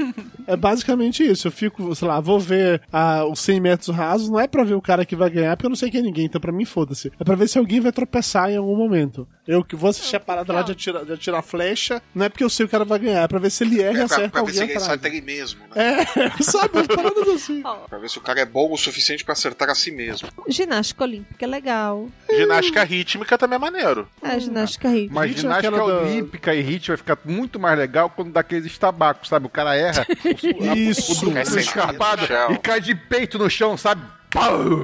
Speaker 2: é basicamente isso. Eu fico, sei lá, vou ver ah, os 100 metros rasos, não é pra ver o cara que vai ganhar, porque eu não sei quem é ninguém, então pra mim foda-se. É pra ver se alguém vai tropeçar em algum momento. Eu que vou assistir a parada lá de atirar, de atirar flecha, não é porque eu sei o cara vai ganhar, é pra ver se ele erra e
Speaker 5: É pra,
Speaker 2: acerta
Speaker 5: pra ver
Speaker 2: alguém
Speaker 5: se ele
Speaker 2: atrás.
Speaker 5: acerta ele mesmo, né?
Speaker 2: É, sabe? Umas paradas assim.
Speaker 5: Pra ver se o cara é bom o suficiente pra acertar a si mesmo.
Speaker 3: Ginástica olímpica é legal.
Speaker 4: Ginástica rítmica também é maneiro.
Speaker 2: Hum.
Speaker 3: É, ginástica rítmica.
Speaker 12: Mas ginástica olímpica e hit vai ficar muito mais legal quando dá aqueles tabacos, sabe? O cara erra, o- o-
Speaker 2: Isso.
Speaker 12: o duplo escarpado e cai de peito no chão, sabe?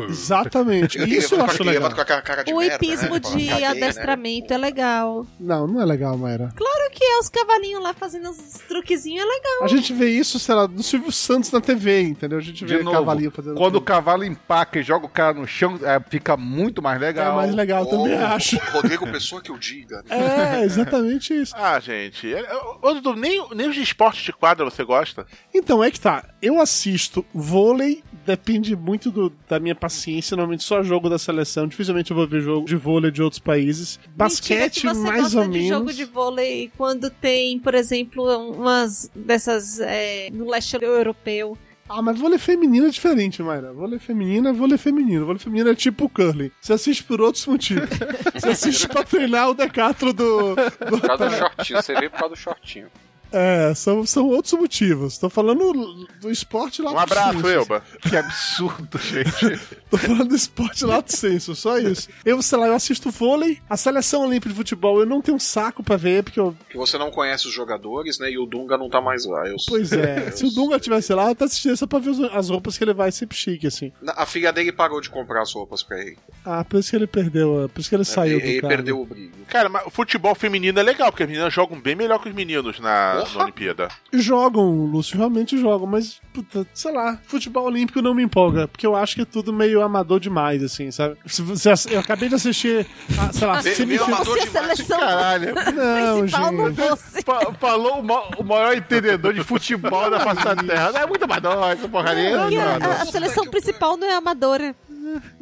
Speaker 2: Exatamente. Isso eu acho legal.
Speaker 3: O
Speaker 5: né?
Speaker 12: né,
Speaker 3: hipismo de adestramento é legal.
Speaker 2: Não, não é legal, Mayra.
Speaker 3: Claro que é, os cavalinhos lá fazendo os truquezinhos é legal.
Speaker 2: A gente vê isso, sei lá, do Silvio Santos na TV, entendeu? A gente vê
Speaker 12: De novo,
Speaker 2: cavalinho um fazendo.
Speaker 12: quando o cavalo empaca e joga o cara no chão, é, fica muito mais legal.
Speaker 2: É mais legal, eu também acho.
Speaker 5: Rodrigo, pessoa que eu diga. né?
Speaker 2: É, exatamente isso.
Speaker 4: Ah, gente. é- é- ô, Dudu, nem, nem os de esporte de quadra você gosta?
Speaker 2: Então é que tá. Eu assisto vôlei, depende muito do- da minha paciência. Normalmente só jogo da seleção. Dificilmente eu vou ver jogo de vôlei de outros países.
Speaker 3: Mentira
Speaker 2: Basquete,
Speaker 3: que você
Speaker 2: mais
Speaker 3: gosta
Speaker 2: ou
Speaker 3: de
Speaker 2: menos.
Speaker 3: jogo de vôlei quando tem, por exemplo, umas dessas é, no leste europeu.
Speaker 2: Ah, mas vôlei feminino é diferente, Mayra. Vôlei feminino é vôlei feminino. Vôlei feminino é tipo o curling. Você assiste por outros motivos. Você assiste pra treinar o decatro do... do
Speaker 6: Por causa do shortinho, você vê por causa do shortinho.
Speaker 2: É, são, são outros motivos. Tô falando do esporte lá
Speaker 4: Um abraço,
Speaker 2: senso.
Speaker 4: Elba.
Speaker 12: Que absurdo, gente.
Speaker 2: Tô falando do esporte lá do senso, só isso. Eu, sei lá, eu assisto vôlei, a seleção olímpica de futebol eu não tenho um saco pra ver, porque eu.
Speaker 5: Que você não conhece os jogadores, né? E o Dunga não tá mais lá. Eu...
Speaker 2: Pois é, se o Dunga tivesse lá, eu tá assistindo só pra ver os- as roupas que ele vai sempre chique, assim.
Speaker 5: Na- A filha dele parou de comprar as roupas pra ele.
Speaker 2: Ah, por isso que ele perdeu, ah, por isso que ele saiu do cara.
Speaker 5: o brilho.
Speaker 4: Cara, mas o futebol feminino é legal, porque as meninas jogam bem melhor que os meninos na, na Olimpíada.
Speaker 2: Jogam, Lúcio, realmente jogam, mas, puta, sei lá, futebol olímpico não me empolga, porque eu acho que é tudo meio amador demais, assim, sabe? Se você, ass- eu acabei de assistir, ah, sei lá,
Speaker 12: Meio
Speaker 2: semifinal.
Speaker 3: é
Speaker 12: amador Se a demais, seleção caralho. é
Speaker 2: Não,
Speaker 12: principal não
Speaker 2: gente.
Speaker 12: Fa- Falou o, ma- o maior entendedor de futebol da face da terra. Não é muito mais não, essa porcaria.
Speaker 3: Porque
Speaker 12: Não,
Speaker 3: é a,
Speaker 12: não.
Speaker 3: a seleção principal não é amadora.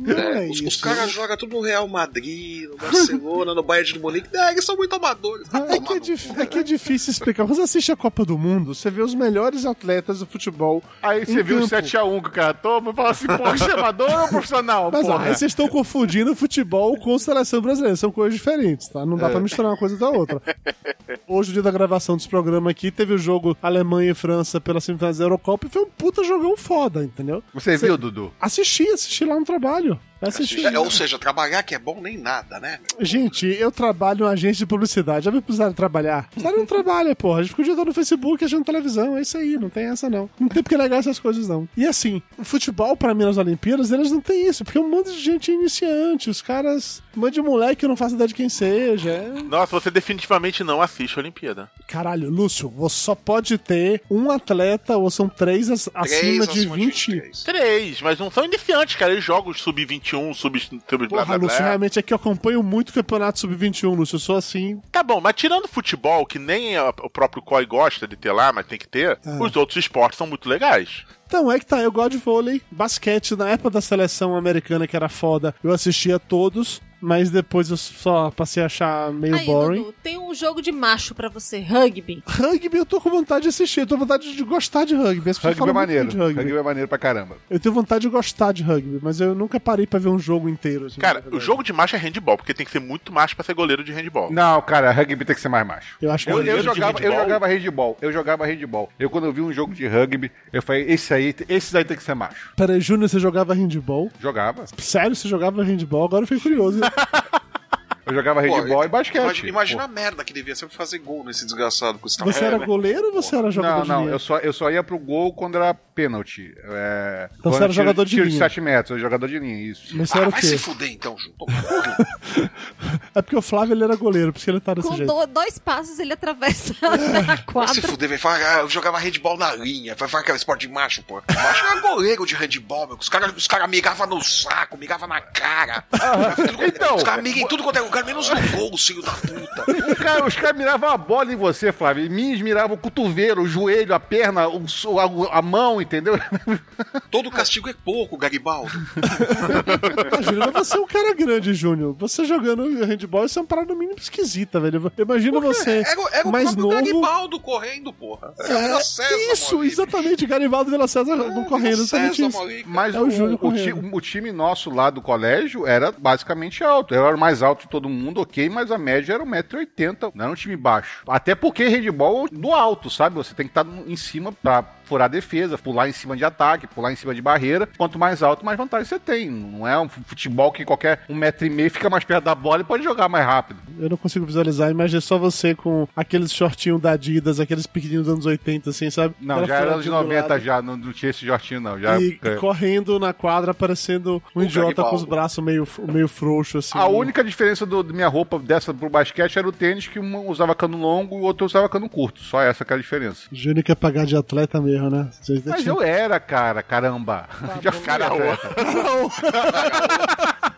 Speaker 5: É, os, os caras jogam tudo no Real Madrid, no Barcelona, no Bayern de Munique. Ah, eles são muito amadores. Ah,
Speaker 2: É que é, dif- é que é difícil explicar. Quando você assiste a Copa do Mundo, você vê os melhores atletas do futebol.
Speaker 12: Aí você viu o 7x1 que o cara toma e fala assim, pô, isso é amador ou profissional?
Speaker 2: Mas ó,
Speaker 12: porra?
Speaker 2: aí vocês estão confundindo futebol com seleção brasileira. São coisas diferentes, tá? Não dá
Speaker 12: É.
Speaker 2: pra misturar uma coisa da outra. Hoje, no dia da gravação desse programa aqui, teve o jogo Alemanha e França pela semifinais da Eurocopa e foi um puta jogão foda, entendeu?
Speaker 12: Você viu, Dudu?
Speaker 2: Assisti, assisti lá no trabalho. Assisti.
Speaker 5: É, ou seja, trabalhar que é bom nem nada, né?
Speaker 2: Gente, eu trabalho em um agente de publicidade. Já me precisaram trabalhar? Precisaram não trabalha, porra. A gente fica o dia todo no Facebook achando televisão. É isso aí, não tem essa não. Não tem porque negar essas coisas, não. E assim, o futebol, pra mim, nas Olimpíadas, eles não tem isso, porque é um monte de gente iniciante. Os caras. Um monte de moleque que eu não faço ideia de quem seja. É-
Speaker 4: Nossa, você definitivamente não assiste a Olimpíada.
Speaker 2: Caralho, Lúcio, você só pode ter um atleta, ou são três, as- acima de 20.
Speaker 4: Três, mas não são iniciantes, cara. Eles jogam os sub-21, sub... sub blá,
Speaker 2: Porra,
Speaker 4: blá,
Speaker 2: Lúcio,
Speaker 4: blá.
Speaker 2: realmente é que eu acompanho muito o campeonato sub-21, Lúcio. Eu sou assim,
Speaker 4: Tá bom, mas tirando futebol, que nem a- o próprio COI gosta de ter lá, mas tem que ter,
Speaker 12: É.
Speaker 4: os outros esportes são muito legais.
Speaker 2: Então, é que tá, eu gosto de vôlei, basquete, na época da seleção americana que era foda, eu assistia todos, mas depois eu só passei a achar meio
Speaker 3: Aí,
Speaker 2: boring.
Speaker 3: Dudu, tem um jogo de macho pra você, rugby.
Speaker 2: Rugby eu tô com vontade de assistir, eu tô com vontade de gostar de rugby. As pessoas
Speaker 12: Rugby é
Speaker 2: falam muito
Speaker 12: maneiro.
Speaker 2: de rugby.
Speaker 12: Rugby é maneiro pra caramba.
Speaker 2: Eu tenho vontade de gostar de rugby, mas eu nunca parei pra ver um jogo inteiro. Assim.
Speaker 4: Cara, o jogo de macho é handball, porque tem que ser muito macho pra ser goleiro de handball.
Speaker 12: Não, cara, rugby tem que ser mais macho.
Speaker 2: Eu acho é
Speaker 12: eu,
Speaker 4: goleiro de
Speaker 12: jogava, eu
Speaker 4: handball?
Speaker 12: jogava handball. Eu jogava handball. Eu quando eu vi um jogo de rugby, eu falei, esse aí, esse daí tem que ser macho.
Speaker 2: Peraí, Júnior, você jogava handball?
Speaker 12: Jogava.
Speaker 2: Sério, você jogava handball? Agora eu fiquei curioso. hein?
Speaker 12: Eu jogava handball e basquete.
Speaker 5: Imagina, imagina a merda que devia ser fazer gol nesse desgraçado com esse
Speaker 2: você era
Speaker 5: tamanho.
Speaker 2: goleiro ou você era jogador
Speaker 12: Não,
Speaker 2: de
Speaker 12: não,
Speaker 2: linha?
Speaker 12: eu só, eu só ia pro gol quando era pênalti. É,
Speaker 2: Então você
Speaker 12: quando
Speaker 2: era
Speaker 12: tiro-
Speaker 2: jogador de
Speaker 12: tiro
Speaker 2: linha.
Speaker 12: 7 metros, eu era jogador de linha, isso.
Speaker 2: Mas você Ah, era o vai quê? se
Speaker 5: fuder então, Ju.
Speaker 2: É porque o Flávio ele era goleiro, por isso que ele tá desse
Speaker 3: Com
Speaker 2: jeito.
Speaker 3: do- dois passos ele atravessa a
Speaker 5: Vai se
Speaker 3: quadra.
Speaker 5: fuder, vai falar, ah, eu jogava handball na linha, vai falar que era esporte de macho, pô. Macho era goleiro de handball, meu. Os caras os cara migavam no saco, migavam na cara.
Speaker 12: então,
Speaker 5: os caras migam em tudo quanto é lugar. menos no gol, filho da puta.
Speaker 12: O cara- os caras miravam a bola em você, Flávio. Em mim, eles miravam o cotovelo, o joelho, a perna, o, so- a, a mão, entendeu?
Speaker 5: Todo castigo é pouco, Garibaldo.
Speaker 2: Imagina, mas você é um cara grande, Júnior. Você jogando handball, isso é uma parada no mínimo esquisita, velho. Imagina você
Speaker 5: Era, é o- era o
Speaker 2: mais
Speaker 5: próprio é
Speaker 2: novo.
Speaker 5: Garibaldo correndo, porra.
Speaker 2: É, isso, exatamente, Garibaldo Vila César
Speaker 5: É,
Speaker 2: não correndo, exatamente isso.
Speaker 12: Mas
Speaker 2: é
Speaker 12: o,
Speaker 2: o Júnior
Speaker 12: o ti-
Speaker 2: correndo.
Speaker 12: o time nosso lá do colégio era basicamente alto. Eu era o mais alto de todo mundo, ok, mas a média era 1,80m. Não era um time baixo. Até porque handball no alto, sabe? Você tem que estar no- em cima pra furar a defesa, pular em cima de ataque, pular em cima de barreira. Quanto mais alto, mais vantagem você tem. Não é um futebol que qualquer um metro e meio fica mais perto da bola e pode jogar mais rápido.
Speaker 2: Eu não consigo visualizar, imagina só você com aqueles shortinhos da Adidas, aqueles pequenininhos dos anos 80, assim, sabe?
Speaker 12: Não,
Speaker 2: Aquela
Speaker 12: já era
Speaker 2: furadinha
Speaker 12: anos de
Speaker 2: do
Speaker 12: 90
Speaker 2: lado.
Speaker 12: já, não, não tinha esse jortinho não. Já é.
Speaker 2: e correndo na quadra, parecendo um
Speaker 12: O
Speaker 2: idiota com os
Speaker 12: Garibaldo.
Speaker 2: braços meio, meio frouxos, assim.
Speaker 12: A única diferença do, da minha roupa dessa pro basquete era o tênis, que um usava cano longo e o outro usava cano curto. Só essa que era a diferença.
Speaker 2: Júnior quer pagar de atleta mesmo, né? Você
Speaker 12: Mas
Speaker 2: tinha-
Speaker 12: eu era, cara, caramba. Já fui atleta.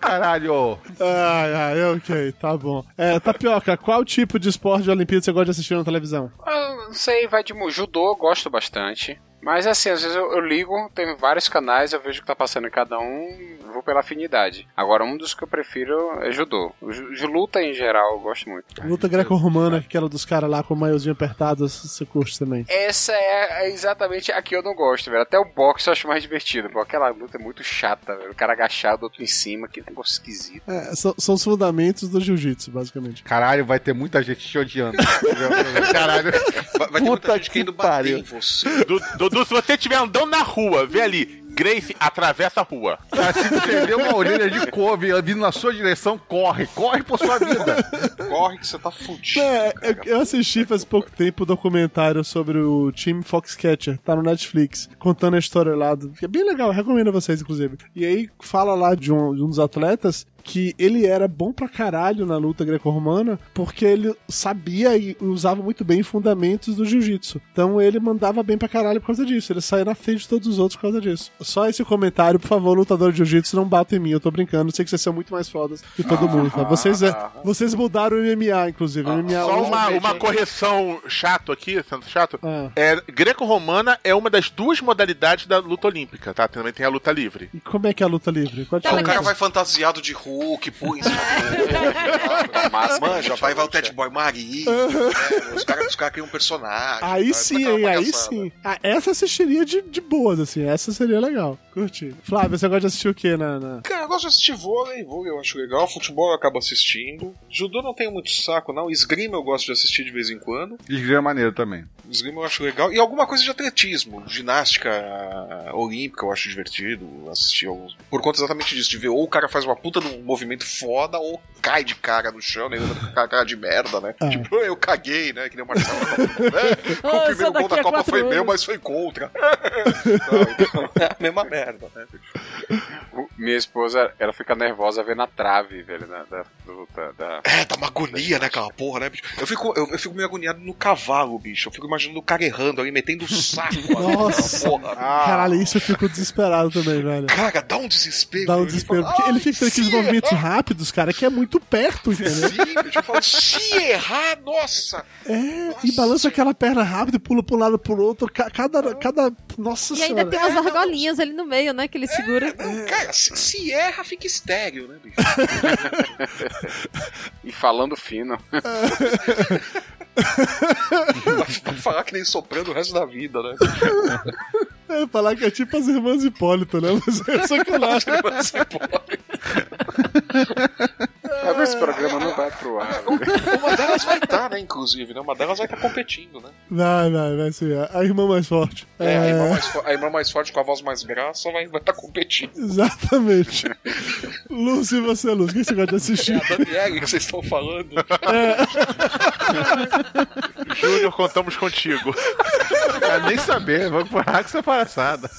Speaker 12: Caralho.
Speaker 2: Ai, ai, ok, tá bom. É, Tapioca, qual tipo de esporte de Olimpíada você gosta de assistir na televisão?
Speaker 6: Ah, não sei, vai de mu- judô, eu gosto bastante. Mas assim, às vezes eu, eu ligo, tem vários canais, eu vejo o que tá passando em cada um, vou pela afinidade. Agora, um dos que eu prefiro é judô. O ju- de luta em geral, eu gosto muito.
Speaker 2: Luta greco-romana, aquela dos caras lá com o maiozinho apertado, você curte também.
Speaker 6: Essa é é exatamente a que eu não gosto, velho. Até o boxe eu acho mais divertido. Pô, aquela luta é muito chata, velho. O cara agachado, outro em cima, que negócio esquisito.
Speaker 2: É, são, são os fundamentos do jiu-jitsu, basicamente.
Speaker 12: Caralho, vai ter muita gente te odiando. Caralho.
Speaker 5: Vai, vai ter muita gente querendo bater em você.
Speaker 4: Du- Dudu, se você estiver andando na rua, vê ali, Grace atravessa a rua.
Speaker 12: Assim que você vê uma orelha de couve vindo na sua direção, corre. Corre por sua vida.
Speaker 5: Corre que você tá fudido.
Speaker 2: É, eu, eu assisti faz pouco tempo o documentário sobre o time Foxcatcher, tá no Netflix, contando a história lá. do- que É bem legal, eu recomendo a vocês, inclusive. E aí fala lá de um, de um dos atletas que ele era bom pra caralho na luta greco-romana porque ele sabia e usava muito bem fundamentos do jiu-jitsu. Então ele mandava bem pra caralho por causa disso. Ele saía na frente de todos os outros por causa disso. Só esse comentário, por favor, lutador de jiu-jitsu, não bata em mim. Eu tô brincando, eu sei que vocês são muito mais fodas que todo
Speaker 4: Ah,
Speaker 2: mundo. Tá? Vocês, é, vocês mudaram o MMA, inclusive. o MMA
Speaker 4: Só
Speaker 2: hoje- é
Speaker 4: uma, uma correção chato aqui, sendo chato.
Speaker 2: Ah.
Speaker 4: É, Greco-romana é uma das duas modalidades da luta olímpica, tá? Também tem a luta livre.
Speaker 2: E como é que é a luta livre? Qual a
Speaker 5: Então, o
Speaker 2: diferença?
Speaker 5: cara vai fantasiado de Hulk, pula em cima do Hulk, manja, vai, vai o Ted Boy Mari. né? Os caras os cara criam um personagem.
Speaker 2: Aí
Speaker 5: tá?
Speaker 2: sim,
Speaker 5: Tá aquela
Speaker 2: hein, aí
Speaker 5: palhaçada.
Speaker 2: sim. Ah, essa assistiria de, de boas, assim. Essa seria legal. Curti. Flávio, você gosta de assistir o quê na. na-
Speaker 5: Cara, eu gosto de assistir vôlei, vôlei eu acho legal, futebol eu acabo assistindo. Judô não tenho muito saco, não. Esgrima eu gosto de assistir de vez em quando.
Speaker 12: Desvia é maneiro também.
Speaker 5: Esgrima eu acho legal. E alguma coisa de atletismo. Ginástica olímpica eu acho divertido assistir alguns. Por conta exatamente disso, de ver ou o cara faz uma puta de um movimento foda, ou cai de cara no chão, né? Anda com aquela cara de merda, né?
Speaker 2: Ah.
Speaker 5: Tipo, eu caguei, né? Que nem o Marcelo. né?
Speaker 15: Ah, eu
Speaker 5: o
Speaker 15: sou
Speaker 5: primeiro
Speaker 15: daqui
Speaker 5: gol da
Speaker 15: a
Speaker 5: Copa
Speaker 15: quatro
Speaker 5: foi meu,
Speaker 15: anos.
Speaker 5: mas foi contra. Não, então, é a mesma merda, né?
Speaker 6: O- Minha esposa, ela fica nervosa vendo a trave, velho, na- da luta. Da...
Speaker 5: É, dá uma agonia, né, aquela porra, né, bicho? Eu fico, eu, eu fico meio agoniado no cavalo, bicho. Eu fico imaginando o cara errando ali, metendo o saco. ali naquela
Speaker 2: Nossa!
Speaker 5: porra. né?
Speaker 2: Caralho, isso eu fico desesperado também, velho.
Speaker 5: Cara, dá um desespero.
Speaker 2: Dá um desespero. Porque ele fica tendo aqueles movimentos rápidos, cara, que é muito perto, entendeu?
Speaker 5: "Ah, Sim, bicho, eu falo, se errar, nossa!
Speaker 2: É, e balança aquela perna rápido, pula pra um lado pro outro. ca- Cada. cada nossa
Speaker 15: E
Speaker 2: senhora.
Speaker 15: ainda tem umas argolinhas ali no meio, né? Que ele segura.
Speaker 5: Cara, se, se erra, fica estéreo, né, bicho?
Speaker 6: e falando fino.
Speaker 5: Vai falar que nem soprando o resto da vida, né?
Speaker 2: É, falar que é tipo as irmãs Hipólito, né? Mas é sacanagem.
Speaker 5: As irmãs
Speaker 6: Talvez
Speaker 2: Ah.
Speaker 6: esse programa não vai pro ar.
Speaker 5: Uma delas vai estar, né, inclusive, né? Uma delas vai estar competindo, né?
Speaker 2: Vai, vai, vai ser a a irmã mais forte.
Speaker 5: É, A, irmã mais, fo- a irmã mais forte com a voz mais graça vai estar competindo.
Speaker 2: Exatamente. Lúcio, e você, Lúcio, o que você gosta de
Speaker 5: É
Speaker 2: assistir?
Speaker 5: a Daniele que vocês estão falando.
Speaker 4: Júnior, contamos contigo.
Speaker 12: Quero nem saber, vamos parar com essa é palhaçada.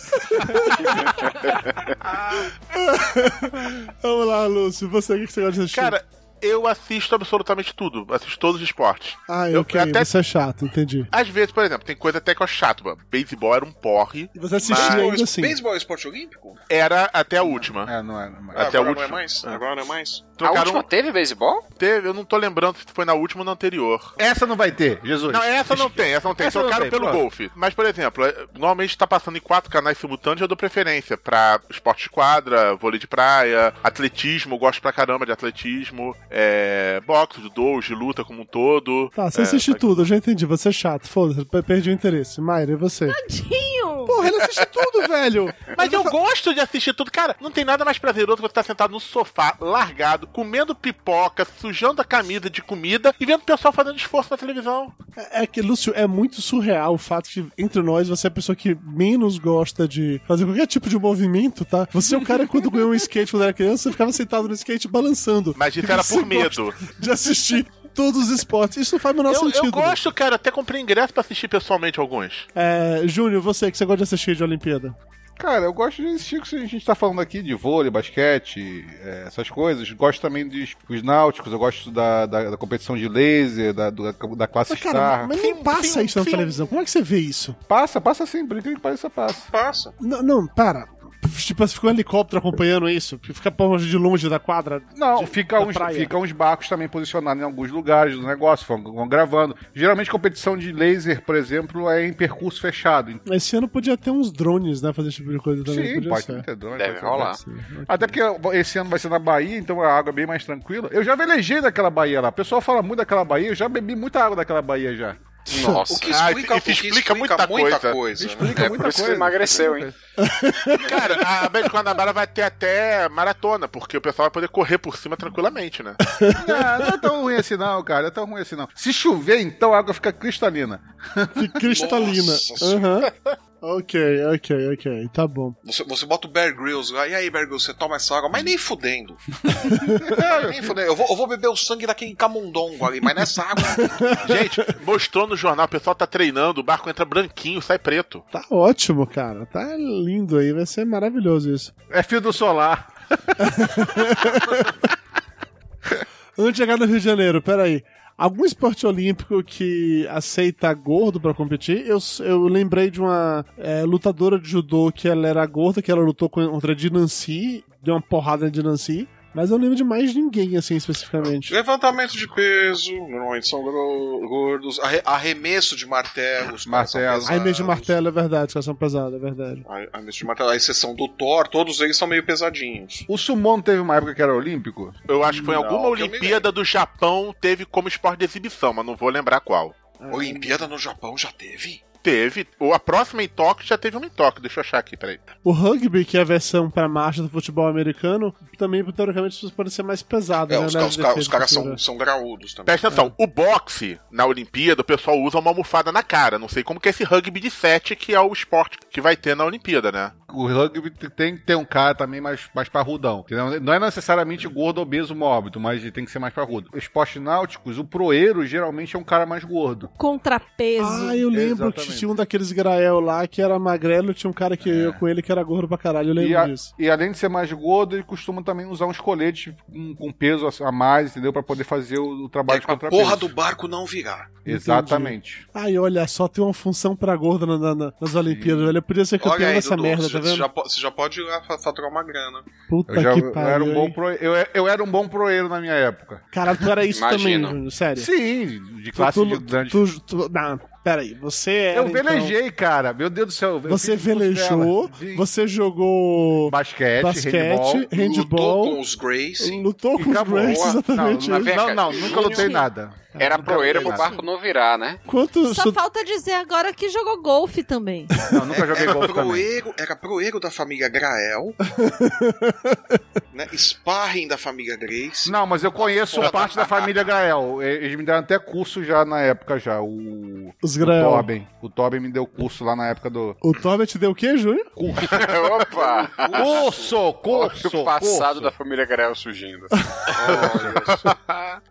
Speaker 2: Vamos lá, Lúcio, você, o que você gosta de assistir?
Speaker 4: Cara, eu assisto absolutamente tudo. Assisto todos os esportes.
Speaker 2: ah, eu
Speaker 4: eu
Speaker 2: ok,
Speaker 4: até-
Speaker 2: isso é chato, entendi.
Speaker 4: Às vezes, por exemplo, tem coisa até que eu acho chato, mano. Beisebol era um porre.
Speaker 2: Você assistia ainda assim?
Speaker 5: Beisebol é esporte olímpico? Ah,
Speaker 4: Era até a última.
Speaker 12: É, não era mais.
Speaker 4: Até a
Speaker 5: agora
Speaker 4: última.
Speaker 5: não é mais? Agora não é mais?
Speaker 6: a última teve um beisebol?
Speaker 4: Teve, eu não tô lembrando se foi na última ou na anterior.
Speaker 12: Essa não vai ter, Jesus.
Speaker 4: Não, essa não tem, essa não tem.
Speaker 12: Essa não
Speaker 4: Trocaram
Speaker 12: tem,
Speaker 4: pelo
Speaker 12: pronto.
Speaker 4: golfe. Mas, por exemplo, é, normalmente tá passando em quatro canais simultâneos, eu dou preferência pra esporte de quadra, vôlei de praia, atletismo, eu gosto pra caramba de atletismo, é, boxe, judô, de luta como um todo.
Speaker 2: Tá, você
Speaker 4: É,
Speaker 2: assiste tudo, eu já entendi. Você é chato, foda-se, per- perdi o interesse. Mayra, e você?
Speaker 3: Tadinho!
Speaker 2: Porra, ele assiste tudo, velho!
Speaker 4: Mas eu gosto de assistir tudo. Cara, não tem nada mais prazeroso que você estar sentado no sofá, largado, comendo pipoca, sujando a camisa de comida e vendo o pessoal fazendo esforço na televisão.
Speaker 2: É é que, Lúcio, é muito surreal o fato de, entre nós, você é a pessoa que menos gosta de fazer qualquer tipo de movimento, tá? Você é o cara que quando ganhou um skate quando era criança, você ficava sentado no skate balançando.
Speaker 4: Mas isso
Speaker 2: E
Speaker 4: era
Speaker 2: você
Speaker 4: por
Speaker 2: gosta
Speaker 4: medo.
Speaker 2: De assistir todos os esportes. Isso não faz o menor
Speaker 4: Eu,
Speaker 2: sentido.
Speaker 4: eu gosto, cara, até comprei ingresso pra assistir pessoalmente alguns.
Speaker 2: É, Júnior, você que você gosta de assistir de Olimpíada.
Speaker 12: Ah, Cara, eu gosto de assistir o que a gente tá falando aqui de vôlei, basquete, é, essas coisas. Gosto também dos os náuticos, eu gosto da, da, da competição de laser, da, do- da classe
Speaker 2: Mas,
Speaker 12: Star.
Speaker 2: cara, mas nem
Speaker 12: um
Speaker 2: passa isso na televisão. Como é que você vê isso?
Speaker 12: Passa, passa sim, brinca que passa, passa.
Speaker 5: Passa.
Speaker 2: Não, não, para. Tipo, você ficou um helicóptero acompanhando isso? Fica pra longe de longe da quadra?
Speaker 12: Não,
Speaker 2: de-
Speaker 12: fica
Speaker 2: da
Speaker 12: uns,
Speaker 2: praia?
Speaker 12: fica uns barcos também posicionados em alguns lugares do negócio, vão, vão gravando. Geralmente competição de laser, por exemplo, é em percurso fechado. Então,
Speaker 2: Esse ano podia ter uns drones, né? Fazer esse tipo de coisa também.
Speaker 12: Sim,
Speaker 2: podia
Speaker 12: pode
Speaker 2: ser. né?
Speaker 12: ter drone,
Speaker 6: Deve
Speaker 12: pode ser-
Speaker 6: rolar.
Speaker 12: Até porque esse ano vai ser na Bahia, então a água é bem mais tranquila. Eu já velejei daquela Bahia lá. O pessoal fala muito daquela Bahia, eu já bebi muita água daquela Bahia já.
Speaker 6: Nossa.
Speaker 5: O que explica,
Speaker 4: Ah,
Speaker 5: o que
Speaker 4: isso
Speaker 5: explica muita, coisa.
Speaker 12: Explica
Speaker 6: É
Speaker 12: muita
Speaker 6: por isso que
Speaker 12: coisa.
Speaker 6: você emagreceu, hein?
Speaker 4: Cara, a Bad Guanabara vai ter até maratona, porque o pessoal vai poder correr por cima tranquilamente, né?
Speaker 12: Não, não é tão ruim assim não, cara. Não é tão ruim assim não. Se chover, então a água fica cristalina.
Speaker 2: Fica cristalina. Aham. Ok, ok, ok. Tá bom.
Speaker 5: Você, você bota o Bear Grylls lá, e aí, Bear Grylls, você toma essa água, mas nem fudendo. Mas nem fudendo. Eu, vou, eu vou beber o sangue daquele camundongo ali, mas nessa água.
Speaker 4: Gente, mostrou no jornal, o pessoal tá treinando, o barco entra branquinho, sai preto.
Speaker 2: Tá ótimo, cara. Tá lindo aí. Vai ser maravilhoso isso.
Speaker 12: É fio do solar.
Speaker 2: Antes de chegar no Rio de Janeiro, peraí. Algum esporte olímpico que aceita gordo pra competir? Eu, eu lembrei de uma é, lutadora de judô que ela era gorda, que ela lutou contra a Dinancy, deu uma porrada de Nancy, mas eu não lembro de mais ninguém assim especificamente.
Speaker 5: Levantamento de peso, normalmente são gro- gordos. arre- Arremesso de martelos. Martelos.
Speaker 2: Aí mesmo de martelo é verdade, os caras são pesados, é verdade.
Speaker 5: Arremesso de martelo. A exceção do Thor, todos eles são meio pesadinhos.
Speaker 12: O sumô não teve uma época que era olímpico?
Speaker 4: Eu acho que foi em
Speaker 5: Não,
Speaker 4: alguma
Speaker 5: que eu me
Speaker 4: Olimpíada do Japão, teve como esporte de exibição, mas não vou lembrar qual.
Speaker 2: É.
Speaker 5: Olimpíada no Japão já teve?
Speaker 4: Teve. Ou a próxima em Tóquio já teve uma em Tóquio. Deixa eu achar aqui, peraí.
Speaker 2: O rugby, que é a versão pra marcha do futebol americano, também teoricamente as pessoas podem ser mais pesadas,
Speaker 5: É,
Speaker 2: né?
Speaker 5: os,
Speaker 2: na
Speaker 5: ca- os ca-
Speaker 2: defesa
Speaker 5: os caras
Speaker 2: futura.
Speaker 5: são, são graúdos também.
Speaker 4: Presta atenção, o boxe na Olimpíada, o pessoal usa uma almofada na cara. Não sei como que é esse rugby de 7, que é o esporte que vai ter na Olimpíada, né?
Speaker 12: O rugby tem que ter um cara também mais, mais parrudão. entendeu? Não é necessariamente gordo, obeso, mórbido, mas tem que ser mais parrudo. Esportes náuticos, o proeiro geralmente é um cara mais gordo.
Speaker 3: Contrapeso.
Speaker 2: Ah, eu lembro que
Speaker 12: Exatamente. É.
Speaker 2: tinha um daqueles Grael lá que era magrelo, tinha um cara que ia com ele que era gordo pra caralho, eu lembro
Speaker 12: E, a-
Speaker 2: disso.
Speaker 12: e além de ser mais gordo, ele costuma também usar uns coletes com, com peso a- a mais, entendeu? Pra poder fazer o, o trabalho de contrapeso.
Speaker 5: Porra do barco não virar.
Speaker 12: Exatamente.
Speaker 2: Ai, olha, só tem uma função pra gordo na- na- na- nas Olimpíadas, velho. É Eu podia ser campeão
Speaker 5: Olha aí,
Speaker 2: dessa
Speaker 5: Dudu,
Speaker 2: merda,
Speaker 5: você,
Speaker 2: tá
Speaker 5: você
Speaker 2: vendo?
Speaker 5: já, po- você já pode ir lá fa- faturar uma grana.
Speaker 2: Puta
Speaker 12: Eu, já,
Speaker 2: que
Speaker 12: eu
Speaker 2: pariu.
Speaker 12: era um bom
Speaker 2: hein?
Speaker 12: pro- eu, eu era um bom proeiro na minha época.
Speaker 2: Caralho, tu era isso
Speaker 12: Imagino.
Speaker 2: também, Júnior, sério.
Speaker 12: Sim, de
Speaker 2: Tu-
Speaker 12: classe
Speaker 2: tu,
Speaker 12: de grande.
Speaker 2: Tu, tu, não, peraí, você era,
Speaker 12: eu
Speaker 2: então-
Speaker 12: velejei, cara. Meu Deus do céu. eu
Speaker 2: Você
Speaker 12: fiz um curso
Speaker 2: velejou,
Speaker 12: dela de
Speaker 2: você jogou
Speaker 12: Basquete,
Speaker 2: basquete,
Speaker 12: handball.
Speaker 2: handball,
Speaker 5: Com os Grace.
Speaker 2: lutou com os
Speaker 12: acabou.
Speaker 2: Grace,
Speaker 12: Não,
Speaker 2: exatamente.
Speaker 12: não,
Speaker 2: isso.
Speaker 12: vem cá, Não, nunca lutei
Speaker 6: Júnior.
Speaker 12: nada.
Speaker 6: Era
Speaker 12: Nunca
Speaker 6: proeira
Speaker 12: lutei
Speaker 6: pro
Speaker 12: nada.
Speaker 6: barco não virar, né?
Speaker 2: Quanto
Speaker 15: Só falta dizer agora que jogou golfe também.
Speaker 12: Não, nunca joguei
Speaker 5: Era
Speaker 12: golfe também.
Speaker 5: proeiro, era proeiro da família Grael. né? Sparring da família Grace.
Speaker 12: Não, mas eu conheço parte
Speaker 5: tá-
Speaker 12: da família Grael. Eles me deram até curso já na época já. O,
Speaker 2: Os
Speaker 12: o
Speaker 2: Grael.
Speaker 12: Tobin. O Tobin me deu curso lá na época do.
Speaker 2: O Tobia te deu o quê, Júnior?
Speaker 6: Opa!
Speaker 12: Curso!
Speaker 6: Olha
Speaker 12: Curso!
Speaker 6: o passado
Speaker 12: curso.
Speaker 6: da família Grell surgindo.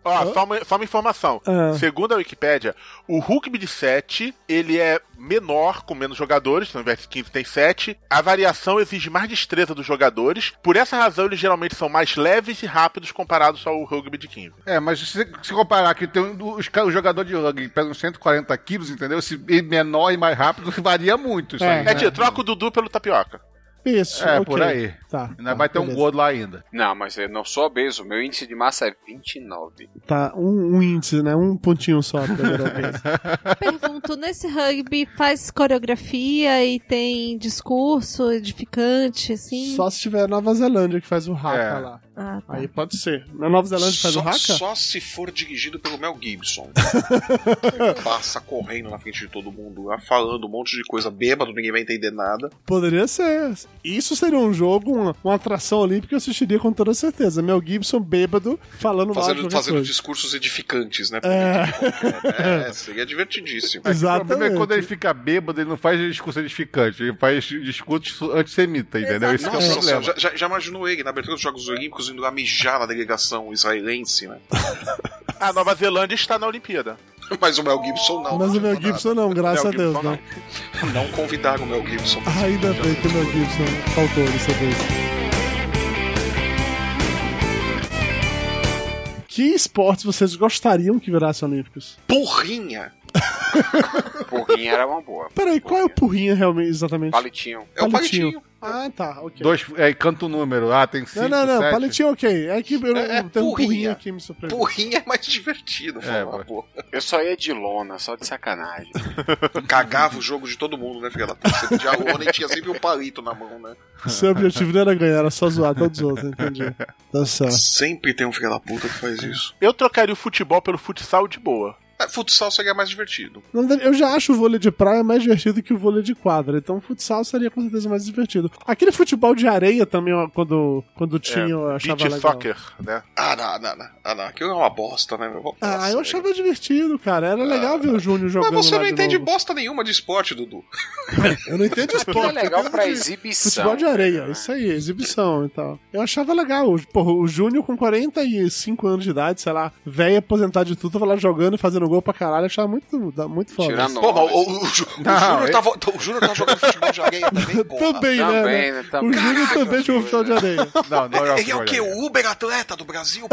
Speaker 4: Ó, só uma, só uma informação.
Speaker 2: Ah.
Speaker 4: Segundo a Wikipédia, o rugby de 7, ele é menor, com menos jogadores, no invés de 15 tem 7. A variação exige mais destreza dos jogadores. Por essa razão, eles geralmente são mais leves e rápidos comparados ao rugby de 15.
Speaker 12: É, mas se, se comparar que tem um do- os, ca- o jogador de rugby que pesa uns 140 quilos, entendeu? Se e menor e mais rápido, varia muito isso
Speaker 2: É.
Speaker 12: aí.
Speaker 4: É,
Speaker 12: Né?
Speaker 4: tia, troca o Dudu pelo tapioca.
Speaker 2: Isso,
Speaker 12: É,
Speaker 2: ok.
Speaker 12: por aí.
Speaker 2: Tá.
Speaker 12: Ainda vai ter um
Speaker 2: beleza.
Speaker 12: gordo lá ainda.
Speaker 6: Não, mas eu não sou obeso. Meu índice de massa é 29.
Speaker 2: Tá, um, um índice, né? Um pontinho só. a primeira vez.
Speaker 15: Pergunto, nesse rugby faz coreografia e tem discurso edificante, assim?
Speaker 2: Só se tiver Nova Zelândia que faz o Haka
Speaker 15: É.
Speaker 2: lá.
Speaker 15: Ah, tá.
Speaker 2: Aí pode ser. Na Nova Zelândia Tá faz o
Speaker 5: só,
Speaker 2: Haka?
Speaker 5: Só se for dirigido pelo Mel Gibson. Passa correndo na frente de todo mundo, lá, falando um monte de coisa bêbado, ninguém vai entender nada.
Speaker 2: Poderia ser. Isso seria um jogo, uma, uma atração olímpica que eu assistiria com toda certeza. Mel Gibson bêbado falando mal de
Speaker 5: Fazendo,
Speaker 2: qualquer
Speaker 5: fazendo
Speaker 2: coisa.
Speaker 5: discursos edificantes, né?
Speaker 2: É.
Speaker 5: É, seria divertidíssimo.
Speaker 12: É, O problema é quando ele fica bêbado, ele não faz discurso edificante, ele faz discurso antissemita, entendeu? Esse que é
Speaker 2: um
Speaker 12: o
Speaker 5: Nossa,
Speaker 12: problema.
Speaker 5: já, já, já imaginou ele na abertura dos Jogos Olímpicos indo lá mijar na delegação israelense, né?
Speaker 4: A Nova Zelândia está na Olimpíada.
Speaker 5: Mas o Mel Gibson não.
Speaker 2: Mas o Mel Gibson
Speaker 12: né?
Speaker 2: não, graças a Deus, né? não.
Speaker 5: Não convidaram o Mel Gibson.
Speaker 2: Ainda bem que o Mel Gibson faltou dessa vez. Que esportes vocês gostariam que virassem olímpicos?
Speaker 5: Porrinha!
Speaker 6: Porrinha era uma boa.
Speaker 2: Peraí, qual é o porrinha realmente, exatamente?
Speaker 6: Palitinho.
Speaker 5: É o
Speaker 2: Palitinho. Ah, tá, ok.
Speaker 12: Dois, é, canta o número. Ah, tem cinco,
Speaker 2: Não, não, não,
Speaker 12: sete.
Speaker 2: palitinho ok. É que eu não
Speaker 6: É, é
Speaker 2: tem um porrinha
Speaker 6: porrinha.
Speaker 2: aqui me surpreendeu.
Speaker 5: Porrinha é mais divertido,
Speaker 6: É,
Speaker 5: falar, pô.
Speaker 6: Eu só ia de lona, só de sacanagem.
Speaker 5: Cagava o jogo de todo mundo, né, filha da puta? Você pedia a lona e tinha sempre um palito na mão, né?
Speaker 2: Seu objetivo não era ganhar, era só zoar todos os outros, entendi. Tá certo.
Speaker 5: Sempre tem um filho da puta que faz isso.
Speaker 4: Eu trocaria o futebol pelo futsal de boa.
Speaker 5: É, futsal seria mais divertido.
Speaker 2: Na verdade, Eu já acho o vôlei de praia mais divertido que o vôlei de quadra, então o futsal seria com certeza mais divertido. Aquele futebol de areia também, ó, quando, quando tinha, eu achava
Speaker 4: beach
Speaker 2: legal.
Speaker 4: soccer, né?
Speaker 5: Ah, não, não, não. Ah, não. Aquilo é uma bosta, né, meu?
Speaker 2: Ah, eu achava divertido, cara. Era legal ver o Júnior
Speaker 5: Mas
Speaker 2: jogando.
Speaker 5: você
Speaker 2: lá
Speaker 5: não
Speaker 2: de
Speaker 5: entende
Speaker 2: novo.
Speaker 5: bosta nenhuma de esporte, Dudu.
Speaker 2: Eu não entendo esporte.
Speaker 6: é legal
Speaker 2: eu entendo tá
Speaker 6: pra
Speaker 2: de
Speaker 6: exibição,
Speaker 2: Futebol de areia, isso aí, exibição e tal. Eu achava legal. Porra, o Júnior com 45 anos de idade, sei lá, velho aposentar de tudo, tava lá jogando e fazendo gol pra caralho, eu achava muito, da- muito foda.
Speaker 6: Tirando
Speaker 5: Pô, mas o, o, Ju- o
Speaker 2: Não,
Speaker 5: Júnior
Speaker 2: ele-
Speaker 5: tá, vo- o Júnior tá jogando futebol de areia também, porra.
Speaker 2: Também, né? né? O Júnior também jogou futebol de areia.
Speaker 12: Não, não joga
Speaker 5: Ele é o
Speaker 12: futebol de
Speaker 5: quê?
Speaker 12: areia.
Speaker 5: O Uber atleta do Brasil?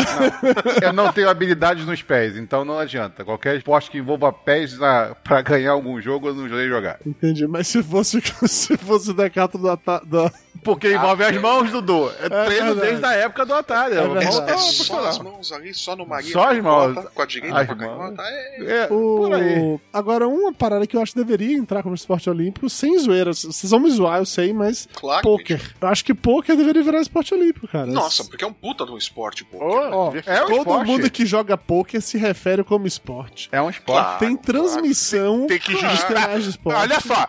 Speaker 12: Eu não tenho habilidade nos pés, então não adianta. Qualquer esporte que envolva pés na, pra ganhar algum jogo, eu não sei jogar.
Speaker 2: Entendi, mas se fosse, se fosse o Decato do, ata- do...
Speaker 12: Porque envolve as mãos, Dudu. É, treino
Speaker 2: verdade.
Speaker 12: desde a época do Atari. É,
Speaker 5: É,
Speaker 12: mão
Speaker 5: é
Speaker 12: tá
Speaker 5: só
Speaker 12: profissional.
Speaker 5: as mãos ali, só no Maria.
Speaker 12: Só as mãos.
Speaker 5: Com a direita,
Speaker 12: As
Speaker 5: com a
Speaker 12: mãos.
Speaker 5: canhota. É,
Speaker 2: O-
Speaker 12: por aí.
Speaker 2: Agora, uma parada que eu acho que deveria entrar como esporte olímpico, sem zoeira. C- Vocês vão me zoar, eu sei, mas.
Speaker 5: Claro,
Speaker 2: Pôquer. Eu acho que pôquer deveria virar esporte olímpico, cara.
Speaker 5: Nossa, porque é um puta de um esporte, pô.
Speaker 2: Ó,
Speaker 12: é um
Speaker 2: todo
Speaker 12: esporte.
Speaker 2: mundo que joga pôquer se refere como esporte.
Speaker 12: É um esporte.
Speaker 2: Tem transmissão
Speaker 4: Tem que
Speaker 2: dos
Speaker 4: justificar.
Speaker 2: canais de esporte.
Speaker 4: Olha só.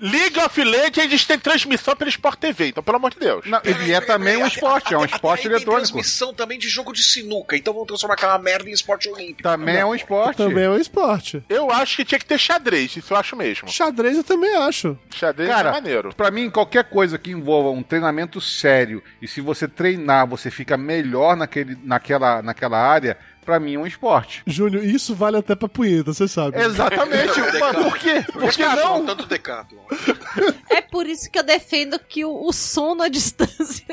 Speaker 4: League of Legends tem transmissão pela Sport TV, então pelo amor de Deus.
Speaker 12: Não, e é também um esporte, é um esporte
Speaker 5: Tem
Speaker 12: eletrônico.
Speaker 5: transmissão também de jogo de sinuca, então vão transformar aquela merda em esporte olímpico.
Speaker 12: Também é um esporte.
Speaker 2: Também é um esporte.
Speaker 4: Eu acho que tinha que ter xadrez, isso eu acho mesmo.
Speaker 2: Xadrez eu também acho.
Speaker 4: Xadrez é
Speaker 12: Cara,
Speaker 4: maneiro.
Speaker 12: pra mim, qualquer coisa que envolva um treinamento sério e se você treinar, você fica melhor naquele, naquela, naquela área, pra mim é um esporte.
Speaker 2: Júnior, isso vale até pra punheta, você sabe.
Speaker 12: Exatamente. mas por quê? Por que não?
Speaker 5: Tanto né? decato.
Speaker 15: É por isso que eu defendo que o, o sono à distância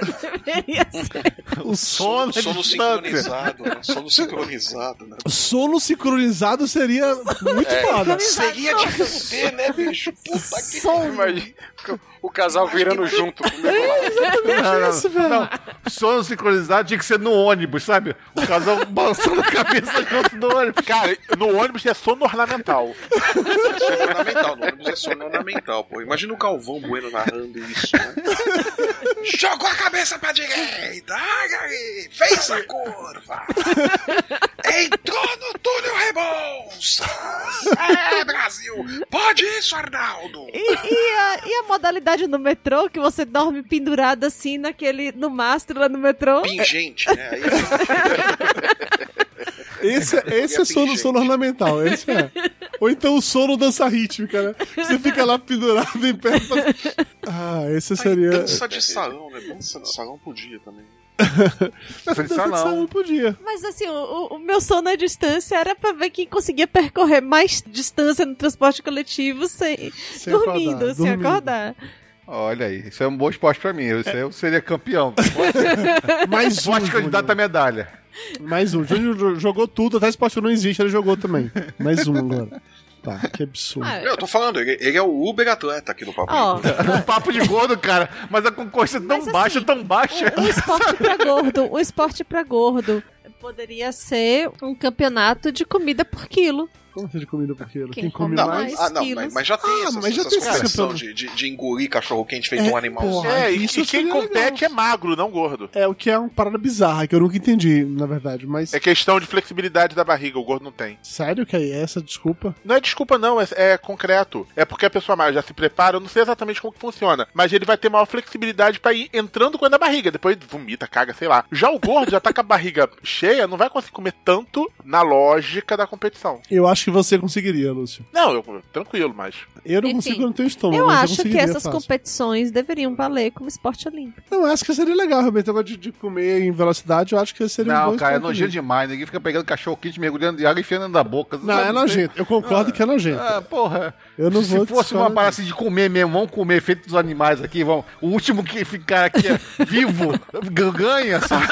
Speaker 15: deveria ser.
Speaker 2: O sono, é
Speaker 5: Sono
Speaker 2: distante.
Speaker 5: sincronizado, né? Sono sincronizado, né?
Speaker 2: Sono sincronizado seria muito foda.
Speaker 5: Seria de fuder, né, bicho? Puta que
Speaker 6: Imagina o casal virando junto.
Speaker 12: Não, não,
Speaker 2: isso, velho.
Speaker 12: não. Sono sincronizado tinha que ser no ônibus, sabe? O casal balançando a cabeça junto do ônibus.
Speaker 4: Cara, no ônibus é sono ornamental.
Speaker 5: sono ornamental. No ônibus é sono ornamental, pô. Imagina o Calvão Bueno narrando isso, né? Jogou a cabeça pra direita, ah, gari, fez a curva, entrou no túnel Rebouças. É, Brasil! Pode isso, Arnaldo!
Speaker 15: E, e a, e a modalidade no metrô, que você dorme pendurado assim naquele, no mastro lá no metrô?
Speaker 5: Pingente, né? Aí-
Speaker 2: Esse, esse é sono, sono ornamental, esse é. Ou então o sono dança rítmica, né? Você fica lá pendurado em pé. faz- Ah, esse seria.
Speaker 5: Dança de salão, né? Dança de salão podia também.
Speaker 12: Dança de
Speaker 2: Dança de
Speaker 12: salão.
Speaker 2: salão podia.
Speaker 15: Mas assim, o- o, o meu sono à distância era pra ver quem conseguia percorrer mais distância no transporte coletivo sem,
Speaker 2: Sem
Speaker 15: dormindo,
Speaker 2: acordar,
Speaker 15: sem
Speaker 2: dormindo.
Speaker 15: acordar.
Speaker 12: Olha aí, isso é um bom esporte pra mim. Eu, eu seria campeão.
Speaker 2: Mais um.
Speaker 12: Forte candidato à
Speaker 2: Júnior.
Speaker 12: medalha.
Speaker 2: Mais um. Júnior jogou tudo, até esporte que não existe, ele jogou também. Mais um agora. tá, que absurdo.
Speaker 3: Ah,
Speaker 5: Não, eu tô falando, ele, ele é o Uber atleta aqui do papo.
Speaker 3: Ó.
Speaker 12: um papo de gordo, cara. Mas a concorrência é tão
Speaker 2: assim,
Speaker 12: baixa, tão
Speaker 2: é,
Speaker 12: baixa.
Speaker 3: Um esporte pra gordo, um esporte pra gordo. Poderia ser um campeonato de comida por quilo.
Speaker 2: Como assim de comida por quilo?
Speaker 3: Quem
Speaker 2: Quem come
Speaker 3: come
Speaker 5: Não,
Speaker 2: mais?
Speaker 5: mas, ah, não, mas, mas já tem
Speaker 2: Ah,
Speaker 5: essas,
Speaker 2: mas já
Speaker 5: essas
Speaker 2: tem esse
Speaker 5: competição
Speaker 2: campeonato.
Speaker 5: de, de, de engolir cachorro quente feito
Speaker 2: É,
Speaker 5: um animalzinho.
Speaker 2: porra,
Speaker 4: É, e,
Speaker 2: isso
Speaker 4: e quem
Speaker 2: seria
Speaker 4: compete é magro, não gordo.
Speaker 2: É o que é uma parada bizarra, que eu nunca entendi, na verdade. Mas
Speaker 4: É questão de flexibilidade da barriga, o gordo não tem.
Speaker 2: sério que é essa? Desculpa.
Speaker 4: Não é desculpa, não, é, é concreto. É porque a pessoa mais já se prepara, eu não sei exatamente como que funciona, mas ele vai ter maior flexibilidade pra ir entrando com a da barriga, depois vomita, caga, sei lá. Já o gordo já tá com a barriga cheia, não vai conseguir comer tanto na lógica da competição.
Speaker 2: Eu acho que você conseguiria, Lúcio.
Speaker 4: Não, eu tranquilo, mas.
Speaker 2: Eu não
Speaker 3: Enfim,
Speaker 2: consigo, eu não tenho estômago.
Speaker 3: Eu
Speaker 2: mas
Speaker 3: acho que
Speaker 2: conseguiria
Speaker 3: essas
Speaker 2: fácil.
Speaker 3: competições deveriam valer como esporte olímpico.
Speaker 2: Não, acho que seria legal, realmente. Agora de, de comer em velocidade, eu acho que seria um
Speaker 12: Não,
Speaker 2: bom
Speaker 12: cara, é
Speaker 2: esporte
Speaker 12: nojento
Speaker 2: olímpico.
Speaker 12: demais. Ninguém fica pegando cachorro quente, mergulhando de água e enfiando dentro da boca.
Speaker 2: Não, é nojento. Eu concordo que é nojento.
Speaker 12: Ah, porra.
Speaker 2: Eu não
Speaker 12: Se
Speaker 2: vou
Speaker 12: fosse
Speaker 2: discordar
Speaker 12: uma parada assim de comer mesmo, vamos comer feito dos animais aqui, vamos. O último que ficar aqui é vivo gan- ganha, sabe?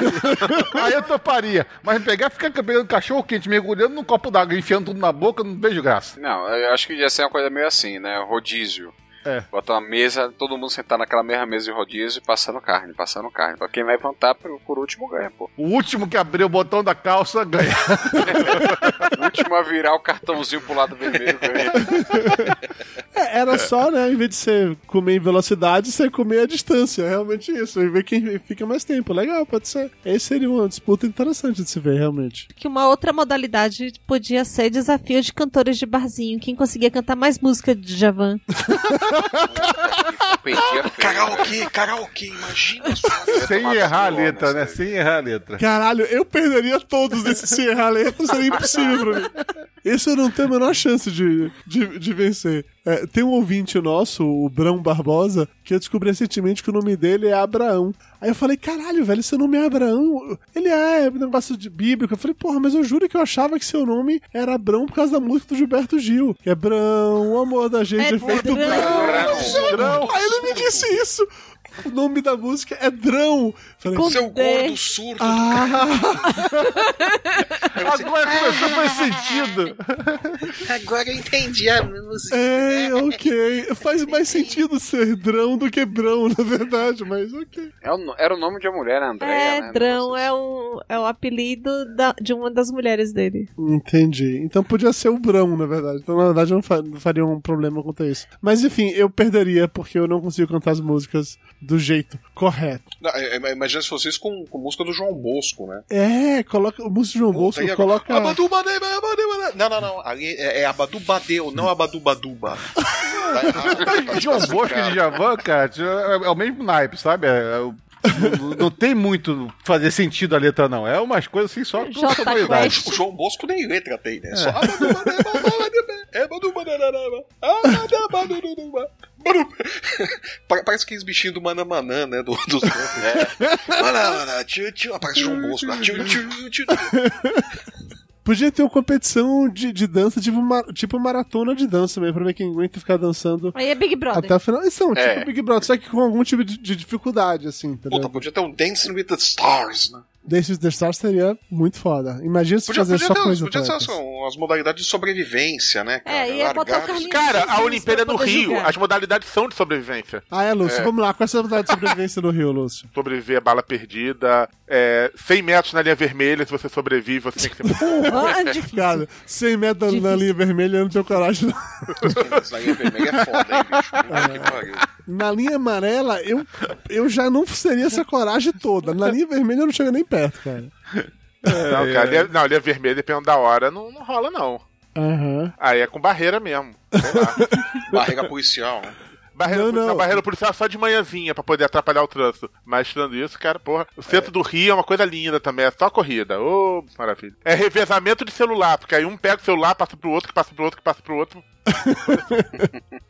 Speaker 12: Aí eu toparia. Mas pegar, ficar pegando cachorro quente, mergulhando num copo d'água, e enfiando tudo na boca, não vejo graça.
Speaker 6: Não, eu acho que ia ser uma coisa meio assim, né? Rodízio.
Speaker 12: É.
Speaker 6: Bota uma mesa, todo mundo sentar naquela mesma mesa de rodízio e passando carne, passando carne. Pra quem levantar por, por último ganha, pô.
Speaker 12: O último que abrir o botão da calça ganha.
Speaker 6: O último a virar o cartãozinho pro lado vermelho ganha.
Speaker 2: É, era só, né, em vez de você comer em velocidade, você comer à distância. É realmente isso. E ver quem fica mais tempo. Legal, pode ser. Esse seria uma disputa interessante de se ver, realmente.
Speaker 3: Que uma outra modalidade podia ser desafio de cantores de barzinho. Quem conseguia cantar mais música de Javan?
Speaker 6: Perdi a
Speaker 5: Karaokê, karaokê, imagina só.
Speaker 12: Sem errar a letra, né? Sem errar a letra.
Speaker 2: Caralho, eu perderia todos desses se errar a letra, seria impossível pra mim. Esse eu não tenho a menor chance de, de, de vencer. É, tem um ouvinte nosso, o Brão Barbosa, que eu descobri recentemente que o nome dele é Abraão. Aí eu falei, caralho, velho, seu nome é Abraão? Ele é, é um negócio de bíblico. Eu falei, porra, mas eu juro que eu achava que seu nome era Abrão por causa da música do Gilberto Gil. Que é Brão, o amor da gente é, feito
Speaker 3: Brão.
Speaker 2: Brão. Brão. Aí ele me disse isso. O nome da música é Drão. Falei,
Speaker 3: Com
Speaker 5: Seu
Speaker 3: D.
Speaker 5: gordo surdo.
Speaker 2: Ah,
Speaker 12: Agora começou a fazer sentido.
Speaker 5: Agora eu entendi a música.
Speaker 2: é, ok. Faz mais sentido ser drão do que brão, na verdade, mas ok.
Speaker 6: É o no- Era o nome de uma mulher, né, Andréia, né?
Speaker 3: É, Drão é o, é o apelido da- de uma das mulheres dele.
Speaker 2: Entendi. Então podia ser o brão, na verdade. Então, na verdade, eu não, fa- não faria um problema quanto a isso. Mas enfim, eu perderia porque eu não consigo cantar as músicas do jeito correto.
Speaker 5: Não, é, é, Imagina se fosse isso com, com música do João Bosco, né?
Speaker 2: É, coloca o músico João Bolso,
Speaker 5: Aí agora- Ah,
Speaker 2: coloca.
Speaker 5: Abadubade, abadubade. Não, não, não. Ali é, é Abadubadeu, não Abadubaduba. Tá errado. Tá
Speaker 12: João Bosco e Djavan, cara, é o mesmo naipe, sabe? É- é o- não, não tem muito fazer sentido a letra, não. É umas coisas assim só com
Speaker 3: Jota
Speaker 12: sonoridade.
Speaker 5: O tipo, João Bosco nem letra tem, né? Só Abadubade, abadubade, abadubadadadaba, abadabadududuma. Baru- Pa- Parece aqueles bichinhos do Manamanã, né? Do, dos É. Manamana, tio, tio. Ah, Parece João Bosco. né? Tio, tio, tio.
Speaker 2: Podia ter uma competição de, de dança, tipo, uma, tipo maratona de dança mesmo, pra ver quem aguenta ficar dançando
Speaker 3: Aí é Big Brother.
Speaker 2: até o final. São,
Speaker 6: É.
Speaker 2: tipo Big Brother, só que com algum tipo de, de dificuldade, assim, entendeu?
Speaker 5: Puta, podia ter um Dancing with the Stars, né?
Speaker 2: Days with the Stars seria muito foda. Imagina se
Speaker 5: Podia,
Speaker 2: fazer
Speaker 5: podia
Speaker 2: só
Speaker 5: ter,
Speaker 2: coisa
Speaker 5: podia ter
Speaker 2: atletas.
Speaker 5: assim, umas modalidades de sobrevivência, né? Cara?
Speaker 3: É, ia botar o
Speaker 5: Largar-
Speaker 3: Carlinhos.
Speaker 4: Cara, a
Speaker 3: Jesus
Speaker 4: Olimpíada
Speaker 3: pra
Speaker 4: no
Speaker 3: poder
Speaker 4: Rio,
Speaker 3: julgar.
Speaker 4: as modalidades são de sobrevivência.
Speaker 2: Ah, é, Lúcio,
Speaker 4: É.
Speaker 2: vamos lá. Qual é a sua vontade de sobrevivência no Rio, Lúcio?
Speaker 4: Sobreviver a bala perdida, é, 100 metros na linha vermelha, se você sobrevive, você tem que ser...
Speaker 3: Ah, difícil.
Speaker 2: Cara, 100 metros na
Speaker 3: Difícil.
Speaker 2: linha vermelha, eu não tenho coragem. não.
Speaker 5: Isso daí é vermelho, é foda, hein, bicho? Puta
Speaker 2: É.
Speaker 5: que pariu.
Speaker 2: Na linha amarela, eu, eu já não seria essa coragem toda. Na linha vermelha, eu não chego nem perto, cara.
Speaker 4: Não, cara, linha, não, linha vermelha, dependendo da hora, não, não rola, não.
Speaker 2: Aham.
Speaker 4: Aí é com barreira mesmo. Sei lá.
Speaker 5: Barriga policial, né?
Speaker 4: Barreira,
Speaker 2: Não,
Speaker 4: policial-
Speaker 2: não.
Speaker 4: barreira policial é só de manhãzinha pra poder atrapalhar o trânsito. Mas tirando isso, cara, porra, o centro do Rio é uma coisa linda também, é só corrida. Ô, maravilha. É revezamento de celular, porque aí um pega o celular, passa pro outro, que passa pro outro, que passa pro outro.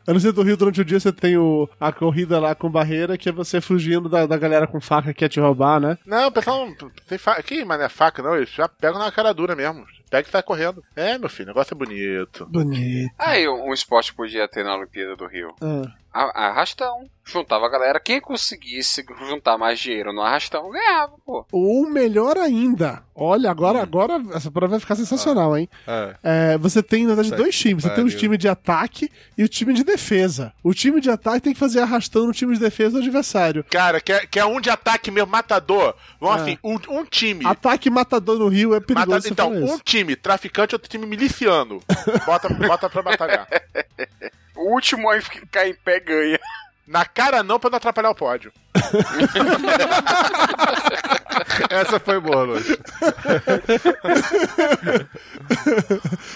Speaker 2: Eu não sei do Rio, durante o dia você tem o, a corrida lá com barreira, que é você fugindo da, da galera com faca que quer te roubar, né?
Speaker 4: Não, o pessoal, não tem faca. Que mané faca, não, eles já pegam na cara dura mesmo. Pega e sai correndo. É, meu filho, o negócio é bonito.
Speaker 2: Bonito.
Speaker 6: Aí um um esporte podia ter na Olimpíada do Rio.
Speaker 2: Ah.
Speaker 6: A- Arrastão. juntava a galera. Quem conseguisse juntar mais dinheiro no arrastão ganhava, pô.
Speaker 2: Ou melhor ainda, olha, agora, agora essa prova vai ficar sensacional, hein?
Speaker 12: É.
Speaker 2: É, você tem, na verdade,
Speaker 12: Puta
Speaker 2: dois
Speaker 12: que
Speaker 2: times. Você tem o
Speaker 12: pariu.
Speaker 2: time de ataque e o time de defesa. O time de ataque tem que fazer arrastando o time de defesa do adversário.
Speaker 4: Cara, que é, que é um de ataque mesmo, matador. Vamos
Speaker 2: É.
Speaker 4: assim, um, um time.
Speaker 2: Ataque matador no Rio é perigoso.
Speaker 4: Matador,
Speaker 2: você
Speaker 4: então,
Speaker 2: fala isso.
Speaker 4: um time traficante, outro time miliciano. Bota, bota pra batalhar.
Speaker 6: O último aí que cai em pé ganha.
Speaker 4: Na cara não, pra não atrapalhar o pódio.
Speaker 12: Essa foi boa, Luiz.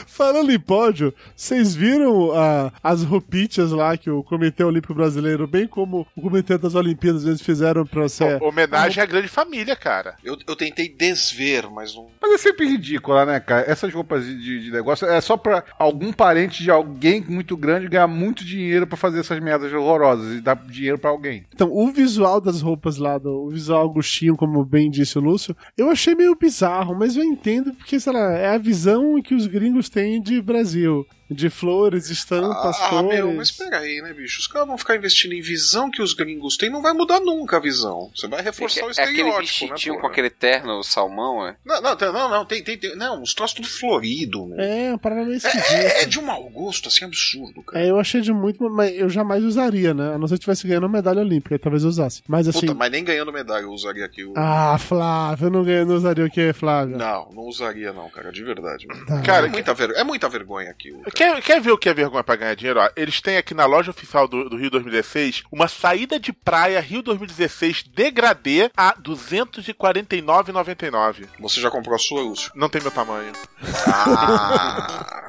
Speaker 2: Falando em pódio, vocês viram ah, as roupitas lá que o Comitê Olímpico Brasileiro, bem como o Comitê das Olimpíadas, eles fizeram pra você. é
Speaker 4: Homenagem à grande família, cara.
Speaker 5: Eu, eu tentei desver, mas não.
Speaker 12: Mas é sempre ridícula, né, cara? Essas roupas de, de- de negócio é só pra algum parente de alguém muito grande ganhar muito dinheiro pra fazer essas merdas horrorosas e dar dinheiro pra alguém.
Speaker 2: Então, o visual das roupas lá, do, o visual Agostinho, como bem disse o Lúcio, eu achei meio bizarro, mas eu entendo porque, sei lá, é a visão que os gringos têm de Brasil. De flores, estampas,
Speaker 5: Ah,
Speaker 2: cores.
Speaker 5: meu, mas peraí, né, bicho? Os caras vão ficar investindo em visão que os gringos têm, não vai mudar nunca a visão. Você vai reforçar o
Speaker 6: é aquele
Speaker 5: estereótipo,
Speaker 6: vestidinho
Speaker 5: né?
Speaker 6: com
Speaker 5: porra?
Speaker 6: aquele terno, o salmão, é?
Speaker 5: Não, não, tem- não, não, tem, tem, tem- Não, uns troços tudo florido, meu.
Speaker 2: É, uma parada meio esquisita.
Speaker 5: É, é de um mau gosto, assim, absurdo, cara.
Speaker 2: É, eu achei de muito, mas eu jamais usaria, né? A não ser que tivesse ganhando uma medalha olímpica, aí talvez eu usasse. Mas assim.
Speaker 5: Puta, mas nem ganhando medalha eu usaria aqui o.
Speaker 2: Ah, Flávio, eu não, ganho, não usaria o quê, Flávio?
Speaker 5: Não, não usaria não, cara, de verdade. mano.
Speaker 2: Tá.
Speaker 5: Cara, é muita, ver... é muita vergonha aquilo.
Speaker 4: Quer, quer ver o que é vergonha pra ganhar dinheiro? Ó, eles têm aqui na loja oficial do, do Rio 2016 uma saída de praia Rio 2016 degradê a 249,99.
Speaker 5: Você já comprou a sua, Lúcio?
Speaker 4: Não tem meu tamanho.
Speaker 5: Ah.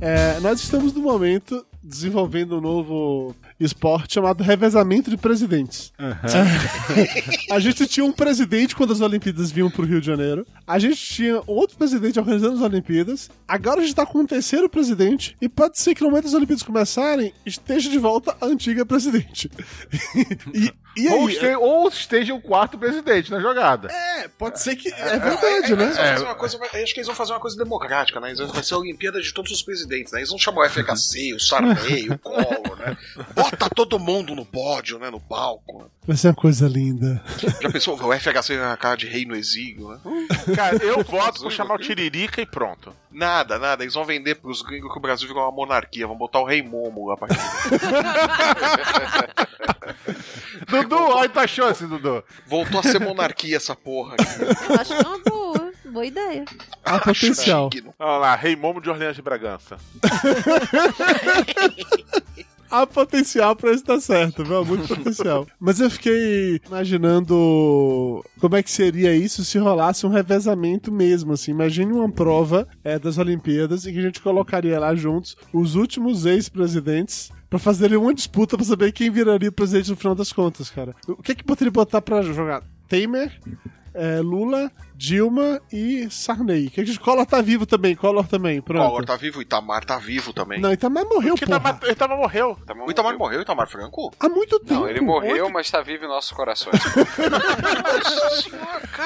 Speaker 2: É, nós estamos no momento desenvolvendo um novo esporte chamado revezamento de presidentes. a gente tinha um presidente quando as Olimpíadas vinham pro Rio de Janeiro. A gente tinha um outro presidente organizando as Olimpíadas. Agora a gente tá com um terceiro presidente. E pode ser que no momento das Olimpíadas começarem, esteja de volta a antiga presidente. e, e
Speaker 12: ou,
Speaker 2: aí?
Speaker 12: este- ou esteja o quarto presidente na jogada.
Speaker 2: É, pode ser que.
Speaker 5: É,
Speaker 2: É verdade,
Speaker 5: é, é,
Speaker 2: né?
Speaker 5: eles vão fazer uma coisa- eu acho que eles vão fazer uma coisa democrática, né? Eles vão- Vai ser a Olimpíada de todos os presidentes, né? Eles vão chamar o FHC,
Speaker 2: Uhum.
Speaker 5: o Sarney, o Collor, né? Bota todo mundo no pódio, né? No palco. né?
Speaker 2: Vai ser uma coisa linda.
Speaker 5: Já pensou? O FHC na cara de rei no exílio, né?
Speaker 4: Cara, eu voto por chamar o Tiririca e pronto.
Speaker 5: Nada, nada. Eles vão vender pros gringos que o Brasil virou uma monarquia. Vão botar o rei Momo lá pra
Speaker 12: Dudu, olha tua chance, Dudu.
Speaker 5: Voltou a ser monarquia essa porra.
Speaker 15: Eu acho que é uma boa, boa ideia.
Speaker 2: Há potencial.
Speaker 5: né?
Speaker 4: Olha lá, Rei Momo de Orleans de Bragança.
Speaker 2: Há potencial pra isso dar certo, viu? Há Muito potencial. Mas eu fiquei imaginando como é que seria isso se rolasse um revezamento mesmo, assim. Imagine uma prova é, das Olimpíadas em que a gente colocaria lá juntos os últimos ex-presidentes pra fazerem uma disputa pra saber quem viraria presidente no final das contas, cara. O que é que poderia botar pra jogar? Temer, é, Lula, Dilma e Sarney. Que a gente... Collor tá vivo também, Collor também, pronto.
Speaker 5: Collor tá vivo, Itamar tá vivo também.
Speaker 2: Não, Itamar morreu,
Speaker 4: Que
Speaker 6: tá
Speaker 2: porra.
Speaker 4: Itamar, Itamar morreu.
Speaker 5: O Itamar morreu, Itamar Franco?
Speaker 2: Há muito tempo.
Speaker 6: Não, ele morreu, mas tá vivo em Tipo, nossos corações.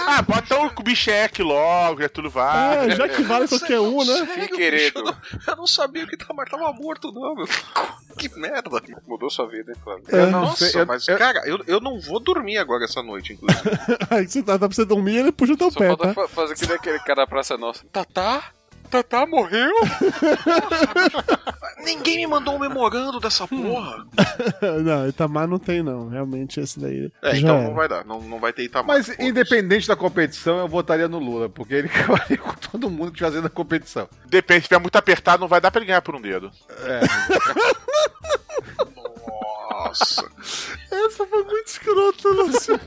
Speaker 4: Ah, bota o Bichek logo, Getúlio Vargas.
Speaker 2: É, já que vale qualquer um, né?
Speaker 5: Sério,
Speaker 6: querido.
Speaker 5: bicho, Eu não, eu não sabia que o Itamar tava morto, não, meu. Que merda.
Speaker 6: Mudou sua vida, hein, Flávio?
Speaker 5: Eu não
Speaker 12: Nossa,
Speaker 5: sei,
Speaker 12: eu-
Speaker 5: mas,
Speaker 12: eu-
Speaker 5: cara, eu, eu não vou dormir agora essa noite, inclusive.
Speaker 2: Aí você dá dá pra você dormir, ele puxa o teu
Speaker 6: Só
Speaker 2: pé,
Speaker 6: falta
Speaker 2: tá?
Speaker 6: fa- fazer que nem aquele cara da Praça Nossa.
Speaker 5: Tatá? Tatá morreu? Ninguém me mandou um memorando dessa porra.
Speaker 2: não, Itamar não tem, não. Realmente, esse daí.
Speaker 5: É,
Speaker 2: já
Speaker 5: então
Speaker 2: era.
Speaker 5: não vai dar, não, não vai ter Itamar.
Speaker 12: Mas independente da competição, eu votaria no Lula, porque ele acabaria com todo mundo que estiver fazendo a competição.
Speaker 4: Depende, se tiver muito apertado, não vai dar pra ele ganhar por um dedo.
Speaker 12: É.
Speaker 5: Nossa.
Speaker 2: Essa foi muito escrota, Lúcio.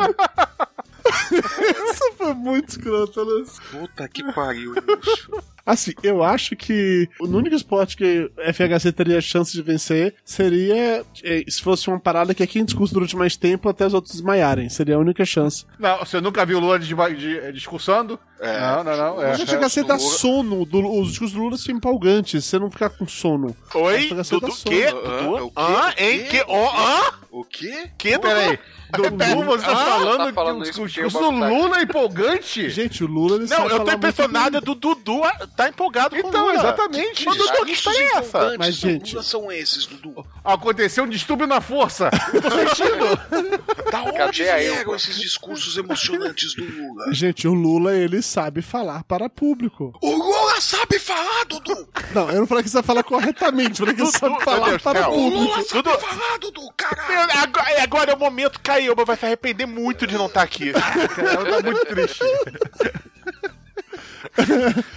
Speaker 2: Essa foi muito escrota, Lúcio.
Speaker 5: Puta que pariu, bicho.
Speaker 2: Assim, eu acho que o único esporte que FHC teria chance de vencer seria eh, se fosse uma parada que aqui em discurso durante mais tempo até os outros desmaiarem. Seria a única chance.
Speaker 12: Não, você nunca viu o Lula de, de- discursando?
Speaker 5: É.
Speaker 12: não, não, não. É.
Speaker 2: Mas já chega a ser dar
Speaker 12: Lula-
Speaker 2: sono. do- os discursos do Lula são empolgantes, você não ficar com sono.
Speaker 4: Oi?
Speaker 2: FHC dá
Speaker 4: Dudu?
Speaker 2: sono.
Speaker 4: Que?
Speaker 5: Ah,
Speaker 4: Dudu?
Speaker 5: o quê?
Speaker 4: Hã?
Speaker 5: O
Speaker 4: Hein?
Speaker 5: quê?
Speaker 4: Que? Ó, hã?
Speaker 5: O quê?
Speaker 12: Que? Peraí. Do Lula, você tá falando,
Speaker 5: tá falando isso
Speaker 12: que
Speaker 5: porque
Speaker 12: o-
Speaker 5: eu
Speaker 12: o
Speaker 5: boto-
Speaker 12: Lula é empolgante?
Speaker 2: Gente, o Lula, ele
Speaker 4: Não, eu tô impressionado do Dudu tá empolgado
Speaker 5: Então,
Speaker 4: com o
Speaker 12: é?
Speaker 4: Lula.
Speaker 12: Então, exatamente.
Speaker 4: Mas Dudu, que história é essa?
Speaker 12: Mas, gente...
Speaker 5: são esses, Dudu?
Speaker 12: Aconteceu um distúrbio na força. Eu tô sentindo.
Speaker 5: Da onde
Speaker 12: Cadê a
Speaker 5: vieram
Speaker 12: Elba?
Speaker 5: esses discursos emocionantes do Lula?
Speaker 2: Gente, o Lula, ele sabe falar para público.
Speaker 5: O Lula sabe falar, Dudu!
Speaker 2: Não, eu não falei que você falar corretamente, eu falei que ele sabe falar para
Speaker 4: O Lula
Speaker 2: público.
Speaker 4: sabe falar, Dudu, caralho! Agora, agora é o momento, Caíba vai se arrepender muito de não estar aqui.
Speaker 12: Ela tá muito triste.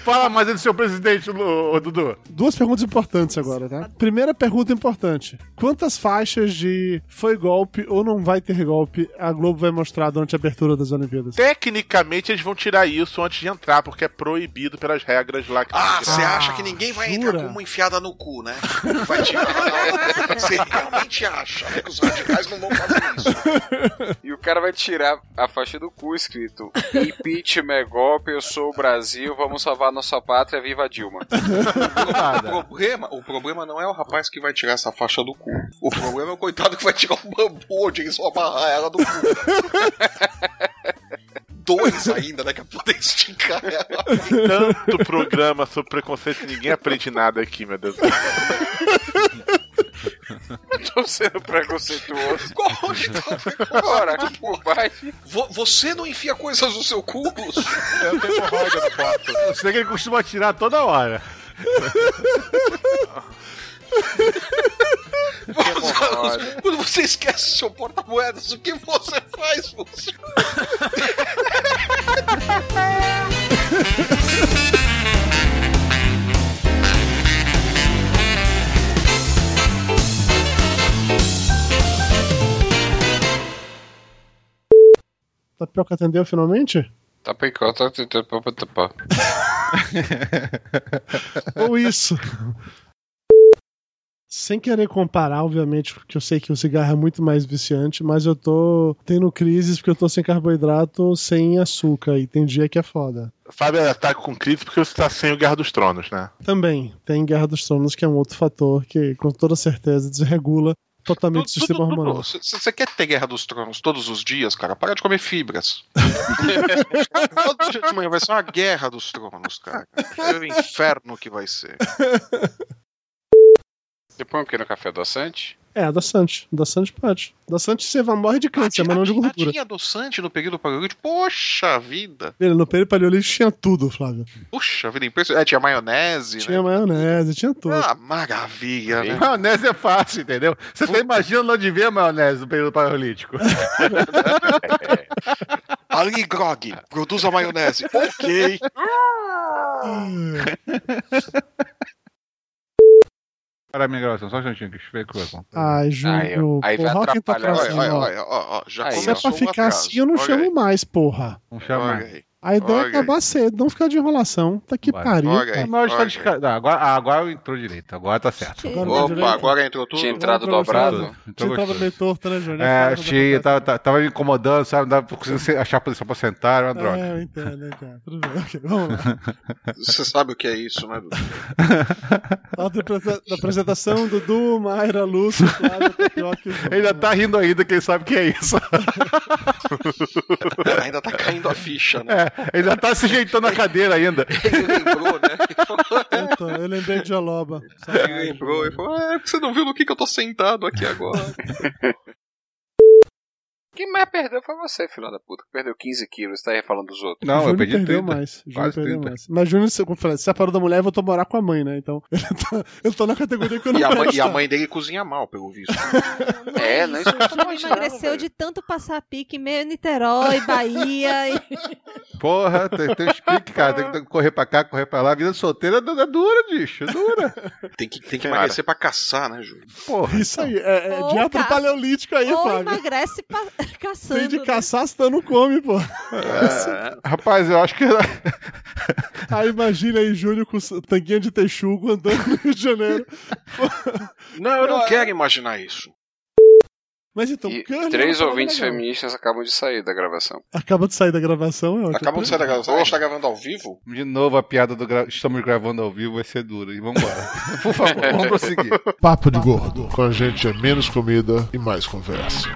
Speaker 12: Fala mais aí do seu presidente, Lu- ô, Dudu.
Speaker 2: Duas perguntas importantes agora, tá? Primeira pergunta importante: Quantas faixas de foi golpe ou não vai ter golpe a Globo vai mostrar durante a abertura das Olimpíadas?
Speaker 4: Tecnicamente, eles vão tirar isso antes de entrar, porque é proibido pelas regras lá. Que
Speaker 5: Ah, você acha que ninguém vai entrar com uma enfiada no cu, né? Vai tirar. Você realmente acha né, que os radicais não vão fazer
Speaker 6: E o cara vai tirar a faixa do cu escrito Impeachment é golpe, eu sou o Brasil, vamos salvar nossa pátria, viva a Dilma.
Speaker 5: O problema, o problema não é o rapaz que vai tirar essa faixa do cu. O problema é o coitado que vai tirar o bambu onde eles vão amarrar ela do cu. Dois ainda, né? Que é poder esticar ela.
Speaker 4: Tanto programa sobre preconceito, ninguém aprende nada aqui, meu Deus.
Speaker 6: Tô sendo preconceituoso.
Speaker 5: Ora, que bobagem. Vo- Você não enfia coisas no seu cu, Lúcio?
Speaker 12: Eu tenho hemorroida no quarto. Eu sei que ele costuma tirar toda hora.
Speaker 5: Lúcio, Quando você esquece seu porta-moedas, o que você faz, Lúcio?
Speaker 2: Tapioca atendeu finalmente?
Speaker 6: Tá picota, tá- tá- tá- tá- tá-
Speaker 2: ou isso? Sem querer comparar, obviamente, porque eu sei que o cigarro é muito mais viciante, mas eu tô tendo crises porque eu tô sem carboidrato, sem açúcar, e tem dia que é foda.
Speaker 4: Fábio ataca com crise porque você tá sem o Guerra dos Tronos, né?
Speaker 2: Também tem Guerra dos Tronos, que é um outro fator que, com toda certeza, desregula totalmente o sistema hormonal.
Speaker 5: Se se você quer ter Guerra dos Tronos todos os dias, cara, para de comer fibras. Todo dia de manhã vai ser uma Guerra dos Tronos, cara. É o inferno que vai ser.
Speaker 6: Você põe um pequeno café adoçante?
Speaker 2: É, a da Sante. Da Sante pode. Da Sante você vai- morre de câncer, mas não de gordura.
Speaker 5: Tinha adoçante no período paleolítico? Poxa vida!
Speaker 2: Ele, no período paleolítico tinha tudo, Flávio.
Speaker 5: Poxa vida, impressionante. É, tinha maionese, né?
Speaker 2: Tinha maionese, tinha tudo.
Speaker 5: Ah, maravilha, né?
Speaker 12: Maionese é fácil, entendeu? Você tá imaginando onde vê a maionese no período paleolítico.
Speaker 5: Ali, Grog, produza maionese. ok.
Speaker 2: Ah.
Speaker 12: Para minha gravação, só um instantinho que deixa eu ver o que vai acontecer.
Speaker 2: Ai, Júlio,
Speaker 12: aí vai
Speaker 2: porra, olha quem tá
Speaker 12: atrapalhar.
Speaker 2: atrasando.
Speaker 12: Olha,
Speaker 2: ó.
Speaker 12: olha,
Speaker 5: ó, ó, já
Speaker 2: Se é pra
Speaker 12: começou o
Speaker 2: ficar
Speaker 12: atraso.
Speaker 2: assim, eu não
Speaker 12: Olha
Speaker 2: chamo
Speaker 12: aí.
Speaker 2: mais, porra.
Speaker 12: Não chama.
Speaker 2: A ideia é
Speaker 12: Olha aí.
Speaker 2: acabar cedo, não ficar de enrolação. Tá que pariu.
Speaker 12: Olha aí,
Speaker 2: cara.
Speaker 12: Mas hoje tá desca- Não, agora, ah, agora entrou direito, agora tá certo.
Speaker 2: Agora
Speaker 5: Opa, agora entrou tudo.
Speaker 6: Tinha entrado dobrado?
Speaker 12: Entrou
Speaker 2: Você tava
Speaker 12: gostoso.
Speaker 2: meio torto, né, Júlio?
Speaker 12: É, achei, tava, tava- tava me incomodando, sabe? Não dava pra conseguir achar posição pra sentar, era uma droga.
Speaker 2: É, eu entendo, né, cara. Tudo bem, ok, vamos lá.
Speaker 5: Você sabe o que é isso, né, Dudu?
Speaker 2: Nota apre- Tá da apresentação, Dudu, Mayra, Lúcio, Flávio, Tapioca e Júlio.
Speaker 12: Ele ainda tá rindo ainda, quem sabe o que é isso.
Speaker 5: Ainda tá caindo a ficha, né?
Speaker 12: É, ele ainda tá se ajeitando na cadeira ainda.
Speaker 5: né?
Speaker 2: Puta, eu lembrei de Jaloba.
Speaker 5: Ele lembrou e falou: É, você não viu no que, que eu tô sentado aqui agora?
Speaker 6: Quem mais perdeu foi você, filho da puta, que perdeu 15 quilos, tá aí falando dos outros.
Speaker 12: Não, eu
Speaker 2: Júnior
Speaker 12: perdi
Speaker 2: perdeu
Speaker 12: 30.
Speaker 2: mais. Júnior
Speaker 12: Quase
Speaker 2: perdeu
Speaker 12: 30.
Speaker 2: mais. Mas Júnior, se- como eu falei, se separou da mulher, eu vou to- morar com a mãe, né? Então, ele tá, eu tô na categoria que eu não
Speaker 5: E a, mãe, e a
Speaker 2: presto.
Speaker 5: mãe dele cozinha mal, pelo visto.
Speaker 6: É, né? Isso eu tô
Speaker 15: Não emagreceu
Speaker 6: imaginando,
Speaker 15: de tanto passar pique, meio Niterói, Bahia. E...
Speaker 12: Porra, tem, tem uns piques, cara. Tem que correr pra cá, correr pra lá. A vida solteira é é dura, bicho. É dura.
Speaker 5: Tem que, tem que emagrecer pra caçar, né, Júlio?
Speaker 12: Porra.
Speaker 2: Isso aí, é, é
Speaker 15: Ou
Speaker 2: dieta
Speaker 15: ca-
Speaker 2: do paleolítico aí,
Speaker 15: Ou
Speaker 2: Flávio.
Speaker 15: emagrece pa-
Speaker 2: Tem
Speaker 15: caçando.
Speaker 2: de caçar, se tu não come, pô.
Speaker 12: É, rapaz, eu acho que.
Speaker 2: Aí imagina aí Júnior com s- tanguinha de texugo andando no Rio de Janeiro.
Speaker 5: é. Não, eu não quero imaginar isso.
Speaker 2: Mas então,
Speaker 6: E
Speaker 2: Curly
Speaker 6: três
Speaker 2: é uma
Speaker 6: ouvintes
Speaker 2: parada legal.
Speaker 6: feministas acabam de sair da gravação.
Speaker 2: Acaba de sair da gravação, é ótimo.
Speaker 5: Acabam de sair da gravação. A gente tá gravando ao vivo?
Speaker 12: De novo, a piada do gra- estamos gravando ao vivo vai ser dura. E vambora. Por favor, vamos prosseguir.
Speaker 2: Papo de gordo. Com a gente é menos comida e mais conversa.